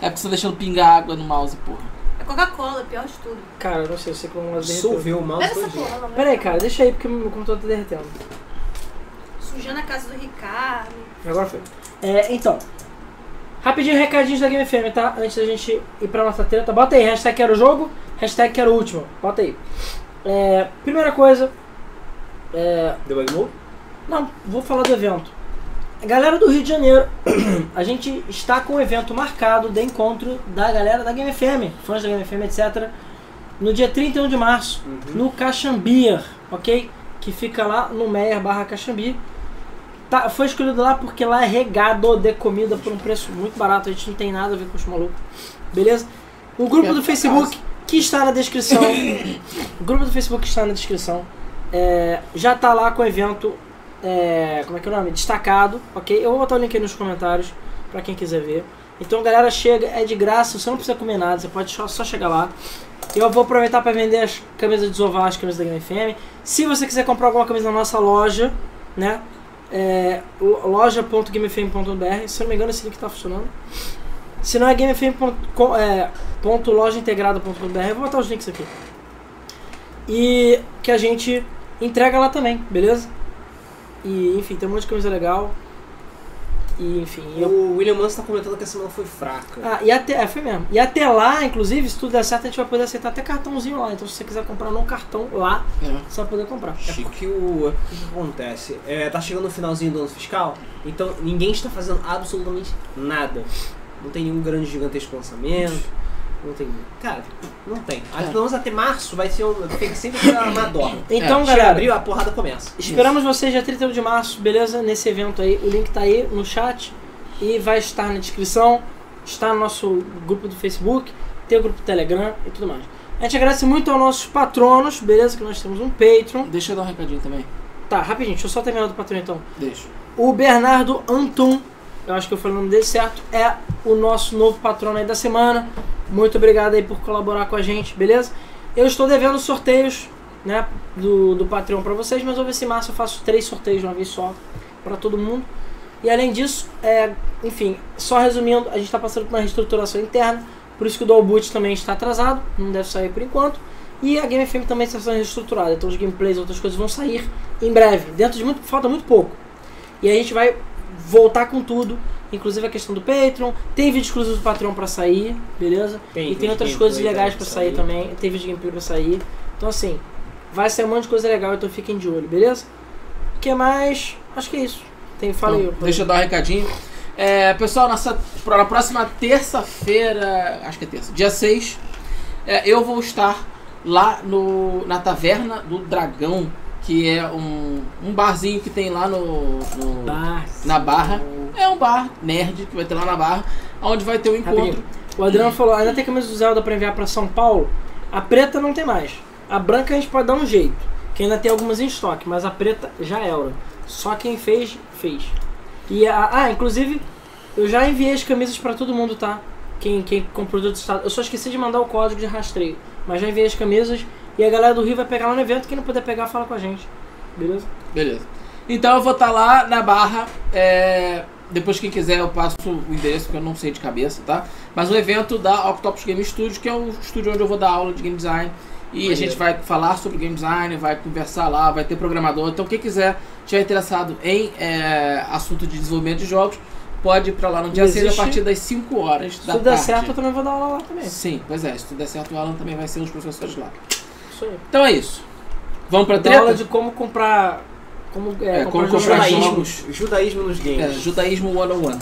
É porque você tá deixando pingar água no mouse, porra.
É Coca-Cola, pior de tudo.
Cara, eu não sei, eu sei que eu vou derreter.
Dissolveu o mouse
Pega
é.
essa
todinho.
porra, não.
Pera um aí, cara, deixa aí porque meu computador tá derretendo.
Sujando a casa do Ricardo.
Agora foi. É, então. Rapidinho recadinhos da Game FM, tá? Antes da gente ir pra nossa treta. Bota aí, hashtag quero jogo, hashtag quero último. Bota aí. É, primeira coisa. É,
Debug Mode?
não, vou falar do evento. A galera do Rio de Janeiro, a gente está com o evento marcado de encontro da galera da Game FM, fãs da Game FM, etc. No dia 31 de março, no Caxambir, ok? Que fica lá no Meyer barra Caxambi. Tá, foi escolhido lá porque lá é regado de comida por um preço muito barato, a gente não tem nada a ver com os malucos. Beleza? O grupo
Perto
do
da
Facebook, que está na descrição. o grupo do Facebook que está na descrição. é, já tá lá com o evento. é, como é que é o nome? Destacado, ok? Eu vou botar o link aí nos comentários pra quem quiser ver. Então, galera, chega, é de graça, você não precisa comer nada, você pode só, só chegar lá. Eu vou aproveitar para vender as camisas de Zovar, as camisas da Game FM. Se você quiser comprar alguma camisa na nossa loja, né? É, lo- loja.gamefm.br, se eu não me engano esse link tá funcionando. Se não é gamefm.com, é, ponto lojaintegrada.com.br, eu vou botar os links aqui. E que a gente entrega lá também, beleza? E enfim, tem um monte de camisa legal. E enfim, eu
O William Manson tá comentando que a semana foi fraca.
ah, e até, é, foi mesmo. E até lá, inclusive, se tudo der certo, a gente vai poder aceitar até cartãozinho lá. Então, se você quiser comprar num cartão lá,
É.
você vai poder comprar.
É porque o, é porque o que acontece? É, tá chegando o finalzinho do ano fiscal, então ninguém está fazendo absolutamente nada. Não tem nenhum grande gigantesco lançamento. Não tem. Cara, não tem. Acho que Pelo menos até março vai ser um. Tem sempre aquela madonna.
É. Então,
É,
Chega
galera,
abril, a porrada começa.
esperamos vocês dia 31 de março, beleza? Nesse evento aí. O link tá aí no chat e vai estar na descrição. Está no nosso grupo do Facebook, tem o grupo do Telegram e tudo mais. A gente agradece muito aos nossos patronos, beleza? Que nós temos um Patreon.
Deixa eu dar um recadinho também.
Tá, rapidinho, deixa eu só terminar do Patreon então.
Deixa.
O Bernardo Antum, eu acho que eu falei o nome dele certo, é o nosso novo patrono aí da semana. Muito obrigado aí por colaborar com a gente, beleza? Eu estou devendo sorteios, né, do, do Patreon pra vocês, mas eu vou ver se em março eu faço três sorteios de uma vez só pra todo mundo. E além disso, é, enfim, só resumindo, a gente está passando por uma reestruturação interna, por isso que o Dual Boot também está atrasado, não deve sair por enquanto. E a Game FM também está sendo reestruturada, então os gameplays e outras coisas vão sair em breve, dentro de muito, falta muito pouco. E a gente vai voltar com tudo, inclusive a questão do Patreon. Tem vídeo exclusivo do Patreon pra sair, beleza?
Tem
e tem
vídeo
outras
gameplay
coisas
também
legais
pra
pra sair,
sair.
também. Tem vídeo gameplay pra sair. Então assim, vai sair um monte de coisa legal, então fiquem de olho, beleza? O que mais? Acho que é isso. Tem, fala aí.
Então, deixa eu dar um recadinho. É, pessoal, nossa, pra- na próxima terça-feira, acho que é terça, dia 6, é, eu vou estar lá no, na Taverna do Dragão, que é um, um barzinho que tem lá no, no-
Tá.
Bah,
na Barra. É um bar nerd que vai ter lá na Barra, onde vai ter o encontro.
Rapidinho. O Adriano falou, ainda tem camisa do Zelda pra enviar pra São Paulo? A preta não tem mais. A branca a gente pode dar um jeito, que ainda tem algumas em estoque, mas a preta já era. Só quem fez, fez. E a, ah, inclusive, eu já enviei as camisas pra todo mundo, tá? Quem, quem comprou do outro estado. Eu só esqueci de mandar o código de rastreio, mas já enviei as camisas e a galera do Rio vai pegar lá no evento. Quem não puder pegar, fala com a gente. Beleza?
Beleza. Então eu vou estar lá na barra. é, Depois, quem quiser, eu passo o endereço, porque eu não sei de cabeça, tá? Mas o evento da Octopus Game Studio, que é o estúdio onde eu vou dar aula de game design. E a gente vai falar sobre game design, vai conversar lá, vai ter programador. Então, quem quiser, tiver interessado em é, assunto de desenvolvimento de jogos, pode ir pra lá no dia 6 a
existe-
partir das 5 horas
Se
da
tudo der
tarde.
certo, eu também vou dar aula lá também.
Sim, pois é. Se tudo der certo, o Alan também vai ser um dos professores lá.
Isso aí.
Então é isso. Vamos pra
Dá aula
treta?
de como comprar. Como, é,
É, como
jogo
comprar
na
jogos.
Steam.
Judaísmo nos
É,
games.
judaísmo 101.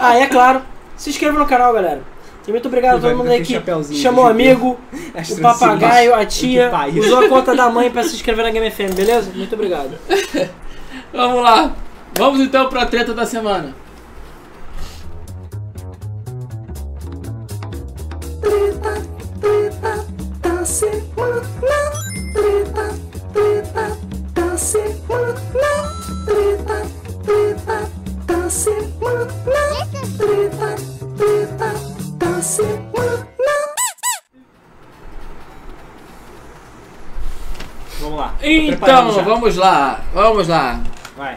Ah, e é claro, se inscreva no canal, galera. E muito obrigado a
Vai
todo mundo
ter
aí que
chapéuzinho
chamou o
de
amigo,
As
É, o
transições.
papagaio, a
Que
tia,
pai.
usou a conta da mãe pra se inscrever na Game FM, beleza? Muito obrigado.
Vamos lá. Vamos então pra treta da semana.
Vamos lá. Tô preparando já.
Então, vamos lá. Vamos lá.
Vai.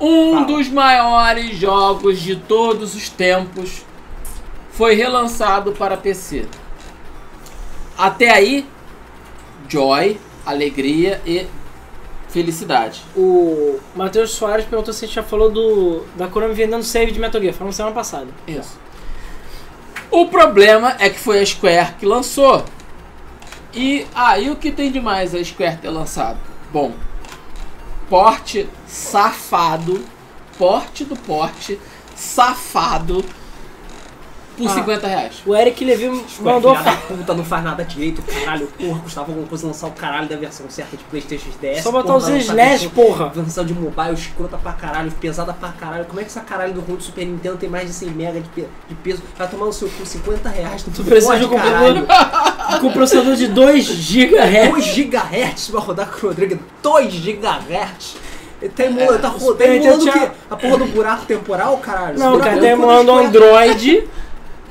Um
Fala.
dos maiores jogos de todos os tempos foi relançado para PC. Até aí, joy, alegria e felicidade.
O Matheus Soares perguntou se a gente já falou do da Konami vendendo save de Metal Gear. Falamos semana passada.
Isso. O problema é que foi a Square que lançou. E aí o que tem de mais a Square ter lançado? Bom, porte safado, porte do porte safado por
Ah.
50 reais.
O Eric Levi mandou.
filha da puta, não faz nada direito, caralho. Porra, custava alguma coisa lançar o caralho da versão certa de Playstation DS.
Só botar
porra, tá
os
lançar
slash,
versão-
porra.
Versão de mobile, escrota pra caralho, pesada pra caralho. Como é que essa caralho do ROM do Super Nintendo tem mais de 100 mega de, pe- de peso? Vai tomar no seu cu 50 reais. Tu
precisa de um computador- É. Com um processador de 2 GB.
2 GHz pra rodar com o Rodrigo. 2 GHz. Ele tá emulando, tá, ro- tá
É, Super
emulando o
Nintendo
quê? A porra do buraco temporal, caralho?
Não,
Buraco
cara, tá
temporal,
emulando
quando a gente
Android.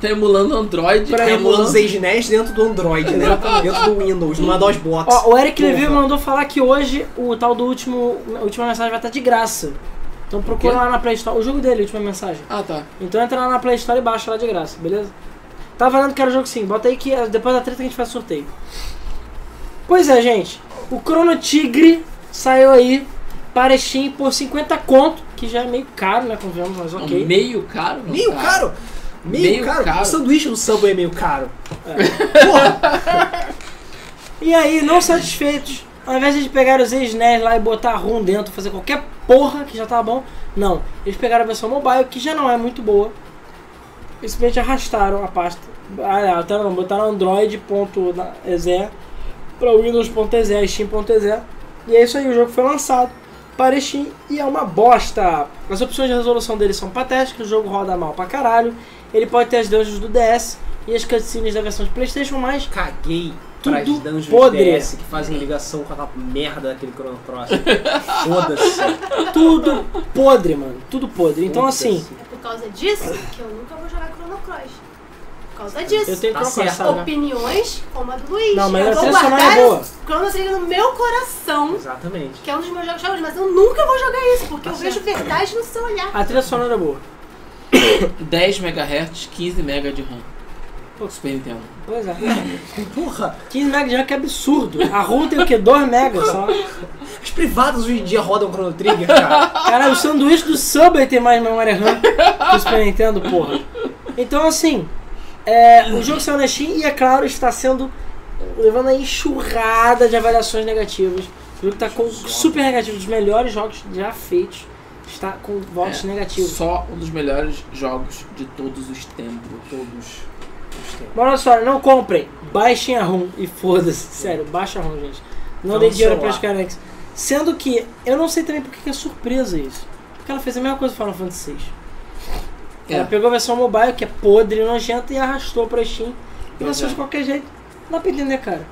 Tá emulando Android,
Tá
tá
emulando
emulando...
os NES dentro do Android, né? dentro do Windows, numa DOSBox.
Ó, o Eric Levi
Porra.
mandou falar que hoje o tal do último. A última mensagem vai estar de graça. Então procura
quê?
lá na Play Store. O jogo dele, a última mensagem.
Ah, tá.
Então entra lá na Play Store e baixa lá de graça, beleza? Tá valendo que era o jogo sim. Bota aí que é depois da treta que a gente faz o sorteio. Pois é, gente. O Chrono Tigre saiu aí para Steam por 50 conto, que já é meio caro, né? Convenhamos, mas
Não,
ok.
Meio caro? não,
Meio
cara.
caro? Ah. Meio,
Meio
caro?
caro.
O sanduíche do Subway é meio caro.
E aí, não satisfeitos, ao invés de pegar os ex-NES lá e botar ROM dentro, fazer qualquer porra que já tava bom, não. Eles pegaram a versão mobile, que já não é muito boa, e simplesmente arrastaram a pasta. Ah, até não, botaram android.exe para windows.exe e steam.exe. E é isso aí, o jogo foi lançado para Steam e é uma bosta. As opções de resolução dele são patéticas, o jogo roda mal pra caralho. Ele pode ter as dungeons do DS e as cutscenes da versão de Playstation, mas
Caguei
Tudo
pras dungeons
podre.
DS que fazem ligação com aquela merda daquele Chrono Cross. Foda-se.
tudo podre, mano. Tudo podre. Então,
Foda-se.
assim,
É por causa disso que eu nunca vou jogar Chrono Cross. Por causa disso.
eu tenho
Tá
que
certo.
confessar, né?
Opiniões como a do Luiz.
Não, mas
eu
a
vou
trilha sonora
guardar
é boa.
o Chrono Trigger no meu coração,
Exatamente.
que é um dos meus jogos favoritos, mas eu nunca vou jogar isso,
Tá
porque eu vejo verdade no seu olhar.
A trilha sonora é boa.
10 MHz, 15 MB de RAM. Pô, Super Nintendo.
Pois é.
Porra,
15 mega de RAM que é absurdo. A ROM tem o quê? 2 mega só.
as privadas hoje em dia rodam Chrono Trigger, cara.
Caralho, o sanduíche do Subway tem mais memória RAM que o Super Nintendo, porra. Então, assim, é, o jogo saiu na Steam e, é claro, está sendo levando a enxurrada de avaliações negativas. O jogo está com super negativo, dos melhores jogos já feitos. Está com votos
É,
negativos.
Só um dos melhores jogos de todos os tempos. Todos.
Bora só, não comprem. Baixem a ROM e foda-se. Sério, baixa a ROM, gente. Não
Então,
dei dinheiro pra
celular.
Skynex. Sendo que, eu não sei também porque que é surpresa isso. Porque ela fez a mesma coisa do Final Fantasy VI. Ela
É.
pegou a versão mobile, que é podre, nojenta, e arrastou pra Steam. E
Pois
lançou
é.
de qualquer jeito. Não dá pra entender, cara.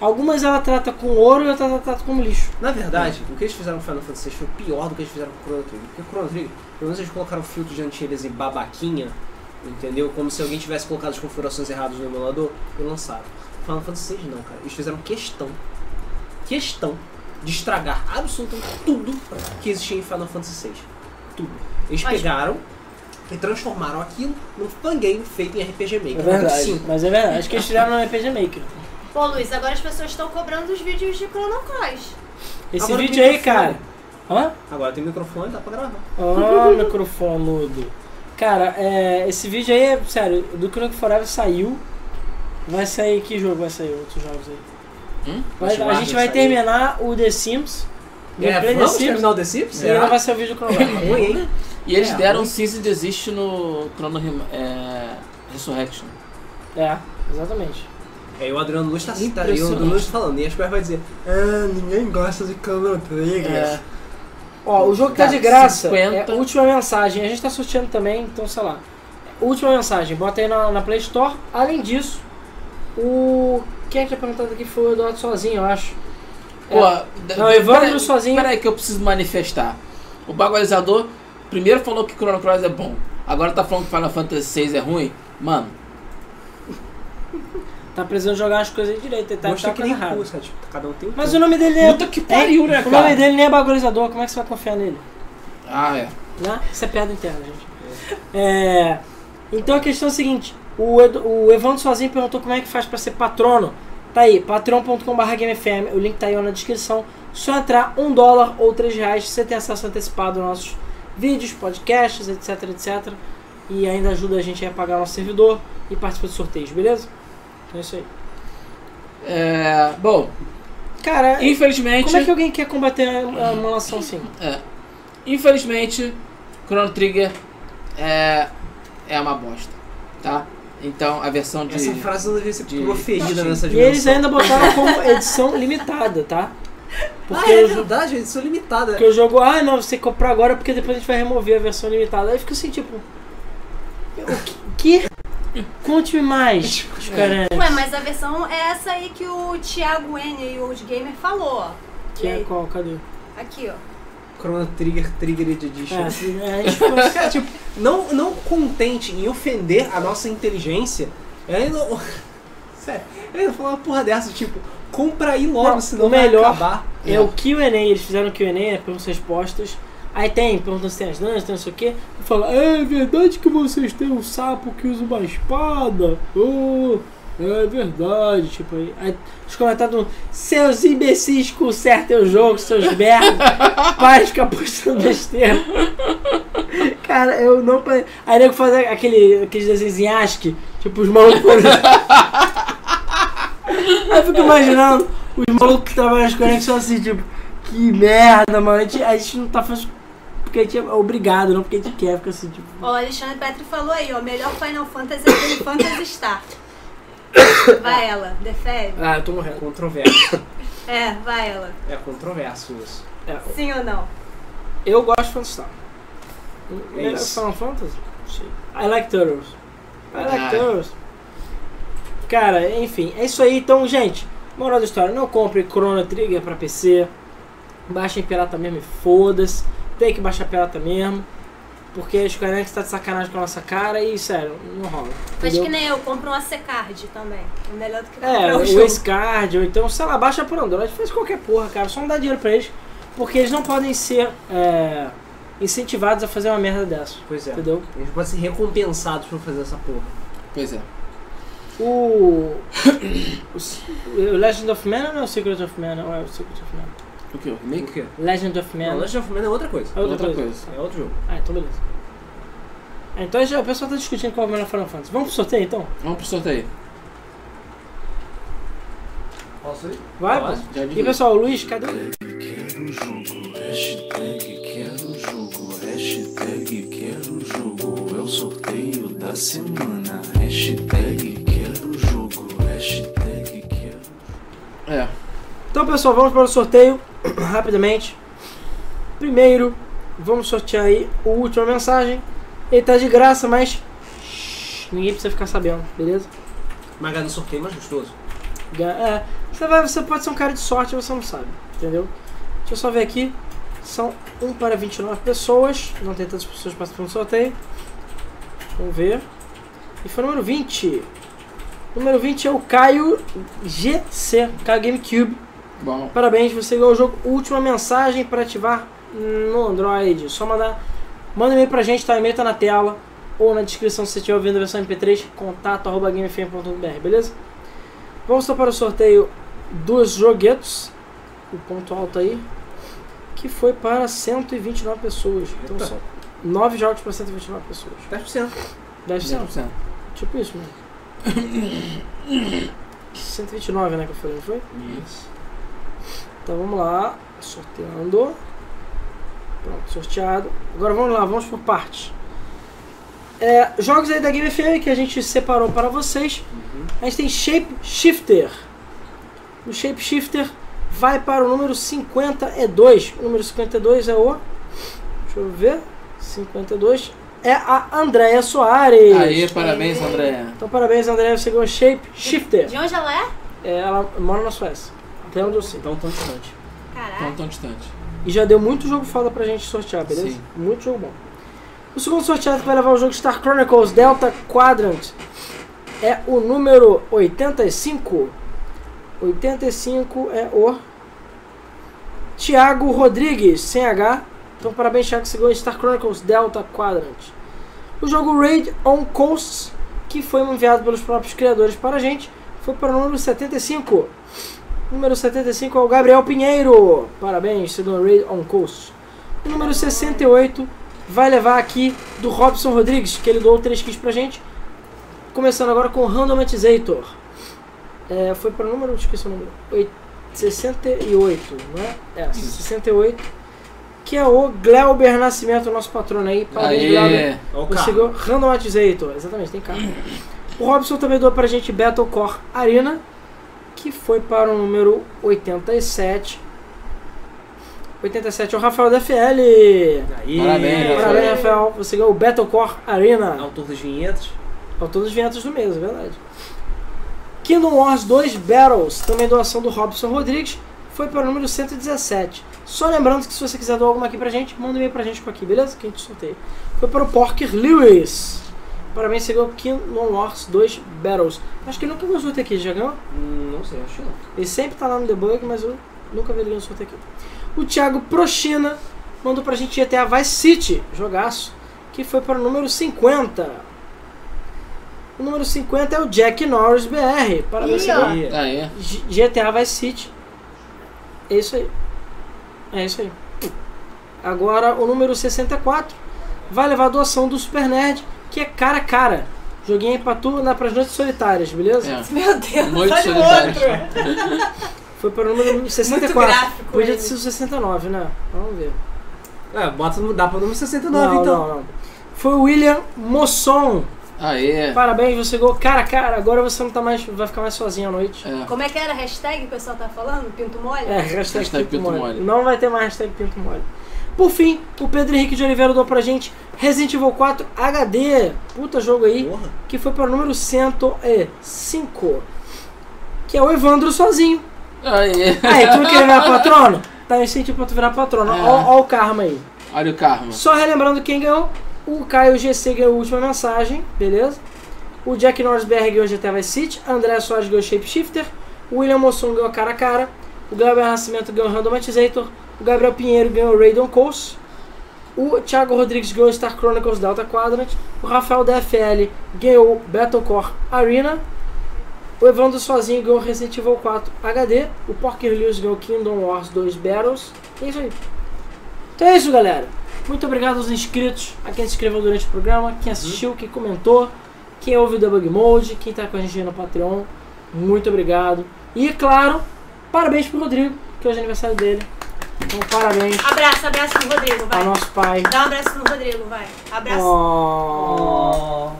Algumas ela trata com ouro e outras ela trata como lixo.
Na verdade, o que eles fizeram com Final Fantasy VI foi pior do que eles fizeram com Chrono Trigger. Porque Chrono Trigger, pelo menos eles colocaram um filtro de anti-aliasing babaquinha, entendeu? Como se alguém tivesse colocado as configurações erradas no emulador e lançaram. Final Fantasy VI não, cara. Eles fizeram questão, questão de estragar absolutamente tudo que existia em Final Fantasy VI. Tudo. Eles
Mas-
pegaram e transformaram aquilo num fangame feito em RPG Maker.
É verdade.
Sim.
Mas é verdade. Acho que eles tiraram no RPG Maker.
Bom, Luiz, agora as pessoas estão cobrando os vídeos de Chrono Cross.
Esse
Agora o
vídeo aí,
microfone.
cara. Hã?
Agora tem microfone, dá pra gravar.
Ó, microfone mudo. Cara, é, esse vídeo aí é sério. Do Chrono Forever saiu. Vai sair que jogo vai sair? Outros jogos aí.
Hum?
Vai- a gente vai terminar o The Sims.
É,
Gameplay The
vamos
Sims.
terminar o The Sims?
E não
Será?
vai ser o vídeo cronológico.
Ruim, hein?
E eles
É,
deram
mas-
Cease and Desist no Chrono Rem- é, Resurrection.
é, exatamente.
É, e o Adriano Luz tá, tá e o
Impressionante.
Adriano Luz falando, e a Square vai dizer, ah, ninguém gosta de Chrono Trigger.
É.
Ó, o jogo tá de
Cara,
graça.
50.
É, última mensagem. A gente tá sorteando também, então sei lá. Última mensagem, bota aí na, na Play Store. Além disso, o. Quem é que tinha perguntado aqui foi o Eduardo sozinho, eu acho.
Pô,
Não,
d-
Evandro
peraí-
sozinho.
Peraí que eu preciso manifestar. O bagualizador primeiro falou que Chrono Cross é bom. Agora tá falando que Final Fantasy VI é ruim. Mano,
Tá precisando jogar as coisas direito, ele tá,
Gosto
tá
que
coisa
nem
errada.
cu, sabe? Tipo, cada um tem um
Mas
cu.
o nome dele é.
puta que pariu, né,
o
cara?
nome dele nem é bagulhizador, como é que você vai confiar nele?
Ah, é.
Né? Isso é piada interna, gente. É, Então a questão é a seguinte: o, Edu- o Evandro sozinho perguntou como é que faz pra ser patrono. Tá aí, patreon.com.br GameFM, o link tá aí na descrição. Só entrar um dólar ou três reais, você tem acesso antecipado aos nossos vídeos, podcasts, etc, etc. E ainda ajuda a gente a pagar nosso servidor e participa de sorteios, beleza? Então é isso aí.
É, bom,
Cara,
infelizmente.
como é que alguém quer combater a, a malação assim?
É. Infelizmente, Chrono Trigger é, é uma bosta, tá? Então, a versão de...
Essa frase não devia ser
de-
proferida
de-
nessa
E
dimensão.
eles ainda botaram como edição limitada, tá? Porque,
Ah, é
o, jo-
verdade, edição limitada.
porque o jogo, ah não, você comprar agora porque depois a gente vai remover a versão limitada. Aí fica assim, tipo. O que? que? Conte-me mais, os caras.
Ué, mas a versão é essa aí que o Thiago N e o Old Gamer falou, ó.
Que
E
é
aí?
qual? Cadê?
Aqui, ó.
Chrono Trigger Triggered
É,
Edition.
é, a gente ficou-
Cara, tipo, não, não contente em ofender a nossa inteligência, eu ainda. Sério, eu ainda falou uma porra dessa, tipo, compra aí logo,
Não,
senão
o melhor-
vai acabar.
É o QA, eles fizeram o QA, né, perguntas e respostas. Aí tem, perguntam se tem as danas, tem não sei o quê. E fala, é verdade que vocês têm um sapo que usa uma espada? Oh, é verdade. Tipo, aí, aí os comentários do seus imbecis consertem o jogo, seus merda. Para de ficar postando besteira. Cara, eu não. pa- Aí nego faz aquele, aqueles desenhos em ASCII, tipo os malucos. Aí eu fico imaginando os malucos que trabalham nas correntes são assim, tipo, que merda, mano. A gente, a gente não tá fazendo porque a gente é obrigado, não porque a gente quer, fica assim, tipo.
Ó, o Alexandre Petri falou aí, ó. Melhor Final Fantasy é aquele Phantasy Star. Vai ela, defende.
Ah, eu tô
É
morrendo.
controverso.
É, vai ela.
É controverso isso.
é.
Sim ou não?
Eu gosto de Phantasy Star.
É
Eu-
isso.
Final Fantasy? I like Turtles. I like
Ah.
Turtles. Cara, enfim, é isso aí. Então, gente, moral da história, não compre Chrono Trigger pra PC. Baixem pirata mesmo e foda-se. Tem que baixar pirata mesmo. Porque a Square Enix tá de sacanagem com a nossa cara e, sério, não rola.
Mas
entendeu?
que nem eu, compro um AC-Card também. É melhor do que
É,
comprar um
o
jogo.
Scard, ou então, sei lá, baixa por Android, faz qualquer porra, cara, só não dá dinheiro pra eles, porque eles não podem ser é, incentivados a fazer uma merda dessa,
Pois é.
entendeu?
A gente pode ser recompensado por fazer essa porra.
Pois é.
O. o S- o Legend of Mana não é o Secret of Mana, ou é o Secret of Mana?
O que? O
O
remake?
quê?
Legend of
Não,
Mana.
Legend of Mana é outra coisa.
É outra,
outra
coisa.
coisa.
É outro jogo.
Ah, então beleza. Ah, Então já, o pessoal tá discutindo qual é o melhor Final Fantasy. Vamos pro sorteio então?
Vamos pro sorteio.
Posso ir?
Vai,
Vai.
pô.
Já
E
adivinha.
pessoal, o Luiz, cadê o
Quero jogo, hashtag quero jogo, hashtag quero jogo, é o sorteio da semana, hashtag quero jogo, hashtag quero
É.
Então, pessoal, vamos para o sorteio rapidamente. Primeiro, vamos sortear aí o última mensagem. Ele tá de graça, mas shh, ninguém precisa ficar sabendo, beleza?
Mas ganha no sorteio é mais gostoso.
Ga- É, você, vai- você pode ser um cara de sorte, você não sabe, entendeu? Deixa eu só ver aqui. São 1 para 29 pessoas. Não tem tantas pessoas participando do sorteio. Vamos ver. E foi o número 20. O número 20 é o Caio GC, Caio GameCube.
Bom.
Parabéns, você ganhou o jogo Última Mensagem para ativar no Android. Só mandar. Manda um e-mail pra gente, tá? O e-mail tá na tela ou na descrição se você estiver ouvindo a versão MP3, contato arroba gamefm.br, beleza? Vamos só para o sorteio dos joguetos. O ponto alto aí. Que foi para 129 pessoas. Então
Eita.
são 9 jogos para 129 pessoas.
10%.
10%.
10%.
Tipo isso, mano. 129, né, que eu falei, não foi?
Isso.
Então vamos lá, sorteando. Pronto, sorteado. Agora vamos lá, vamos por partes. É, jogos aí da Game FM que a gente separou para vocês. A gente tem Shape Shifter. O Shape Shifter vai para o número 52. O número 52 é o. Deixa eu ver. 52 é a Andréia Soares.
Aê, parabéns, André.
Então parabéns, Andréia, você ganhou Shape Shifter.
De onde ela é?
É, ela mora na Suécia. Até onde eu sei.
Então tão distante.
Tão
Tá.
Caraca.
tão distante.
E já deu muito jogo foda pra gente sortear, beleza?
Sim.
Muito jogo bom. O segundo sorteado que vai levar o jogo Star Chronicles Delta Quadrant é o número 85. 85 é o Thiago Rodrigues, sem H. Então parabéns, Thiago, que você ganhou Star Chronicles Delta Quadrant. O jogo Raid on Coasts, que foi enviado pelos próprios criadores para a gente, foi para o número 75. Número 75 é o Gabriel Pinheiro. Parabéns, você ganhou Raid on Coast. O número 68 vai levar aqui do Robson Rodrigues, que ele doou 3 kits pra gente. Começando agora com o Randomatizator. É, foi para o número, esqueci o número, oit- 68, né? É, 68, que é o Gleuber Nascimento, nosso patrono aí. Parabéns, Gleuber.
Aê.
Ó o carro.
Conseguiu randomizator, exatamente, tem carro. O Robson também doou pra gente Battlecore Arena, que foi para o número 87. 87 é o Rafael da FL.
Aí,
Parabéns,
é,
Parabéns, Rafael. Você ganhou o Battlecore Arena.
Autor das vinhetas.
Ao todos os ventos do mês, é verdade. Kingdom Wars 2 Battles, também doação do Robson Rodrigues, foi para o número 117. Só lembrando que se você quiser doar alguma aqui pra gente, manda um e-mail pra gente com aqui, beleza? Que a gente sorteia. Foi para o Porker Lewis. Parabéns, você ganhou Kingdom Wars 2 Battles. Acho que ele nunca ganhou sorteio aqui, já ganhou?
Hum, não sei, acho que não.
Ele sempre tá lá no debug, mas eu nunca vi ele ganhando sorteio aqui. O Thiago Prochina mandou pra gente GTA Vice City, jogaço, que foi para o número 50. O número 50 é o Jack Norris BR. Parabéns,
Ih,
senhor.
ó.
Aí,
Aê.
G- GTA Vice City. É isso aí. É isso aí. Agora o número 64 vai levar a doação do Super Nerd, que é cara a cara. Joguinho aí pra tu na pras noites solitárias, beleza?
É.
Meu Deus,
Noite
olha o
solitária.
outro.
Foi para o número
Muito
64.
gráfico.
Podia ter
ele.
sido 69, né? Vamos ver.
É, bota no, dá pra número 69 então.
não, não. Foi o William Mosson.
Aê. é.
Parabéns, você ganhou. Cara, cara, agora você não tá mais. Vai ficar mais sozinho à noite.
É.
Como é que era a hashtag que o pessoal tá falando? Pinto mole?
É, hashtag,
Hashtag
pinto
pinto
mole.
mole.
Não vai ter mais hashtag pinto mole. Por fim, o Pedro Henrique de Oliveira deu pra gente Resident Evil 4 HD. Puta jogo aí.
Porra.
Que foi para o número 105. Que é o Evandro sozinho.
Aê.
Aí, tu não quer virar patrono? Tá incentivo pra tu virar patrono.
É.
Ó, ó o karma aí.
Olha o karma.
Só relembrando quem ganhou. O Caio GC ganhou a última mensagem, beleza? O Jack Norris BR ganhou GTA Vice City. André Soares ganhou Shapeshifter. O William Monson ganhou Cara a Cara. O Gabriel Nascimento ganhou Randomatizator. O Gabriel Pinheiro ganhou Raidon Coast. O Thiago Rodrigues ganhou Star Chronicles Delta Quadrant. O Rafael DFL ganhou Battlecore Arena. O Evandro sozinho ganhou Resident Evil 4 HD. O Porker Lewis ganhou Kingdom Wars 2 Battles. É isso aí. Então é isso, galera. Muito obrigado aos inscritos, a quem se inscreveu durante o programa, quem assistiu, quem comentou, quem ouve o Debug Mode, quem tá com a gente aí no Patreon. Muito obrigado. E, é claro, parabéns pro Rodrigo, que hoje é aniversário dele. Então, parabéns
Abraço, abraço no Rodrigo,
ao
vai.
nosso pai.
Dá um abraço no Rodrigo, vai. Abraço.
Tá Oh,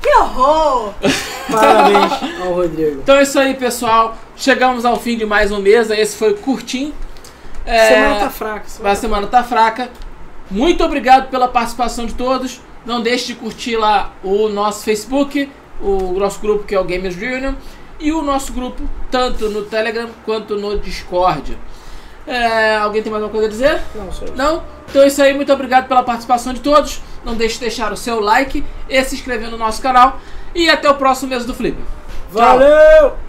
Que horror!
parabéns ao Rodrigo.
Então é isso aí, pessoal. Chegamos ao fim de mais um mês. Esse foi o curtinho. É,
Semana tá fraca.
A
semana tá-
semana tá fraca. Muito obrigado pela participação de todos. Não deixe de curtir lá o nosso Facebook, o nosso grupo que é o Gamers Reunion, e o nosso grupo tanto no Telegram quanto no Discord. É, alguém tem mais alguma coisa a dizer?
Não, sou eu.
Não? Então é isso aí, muito obrigado pela participação de todos. Não deixe de deixar o seu like e se inscrever no nosso canal. E até o próximo mês do Flip.
Valeu!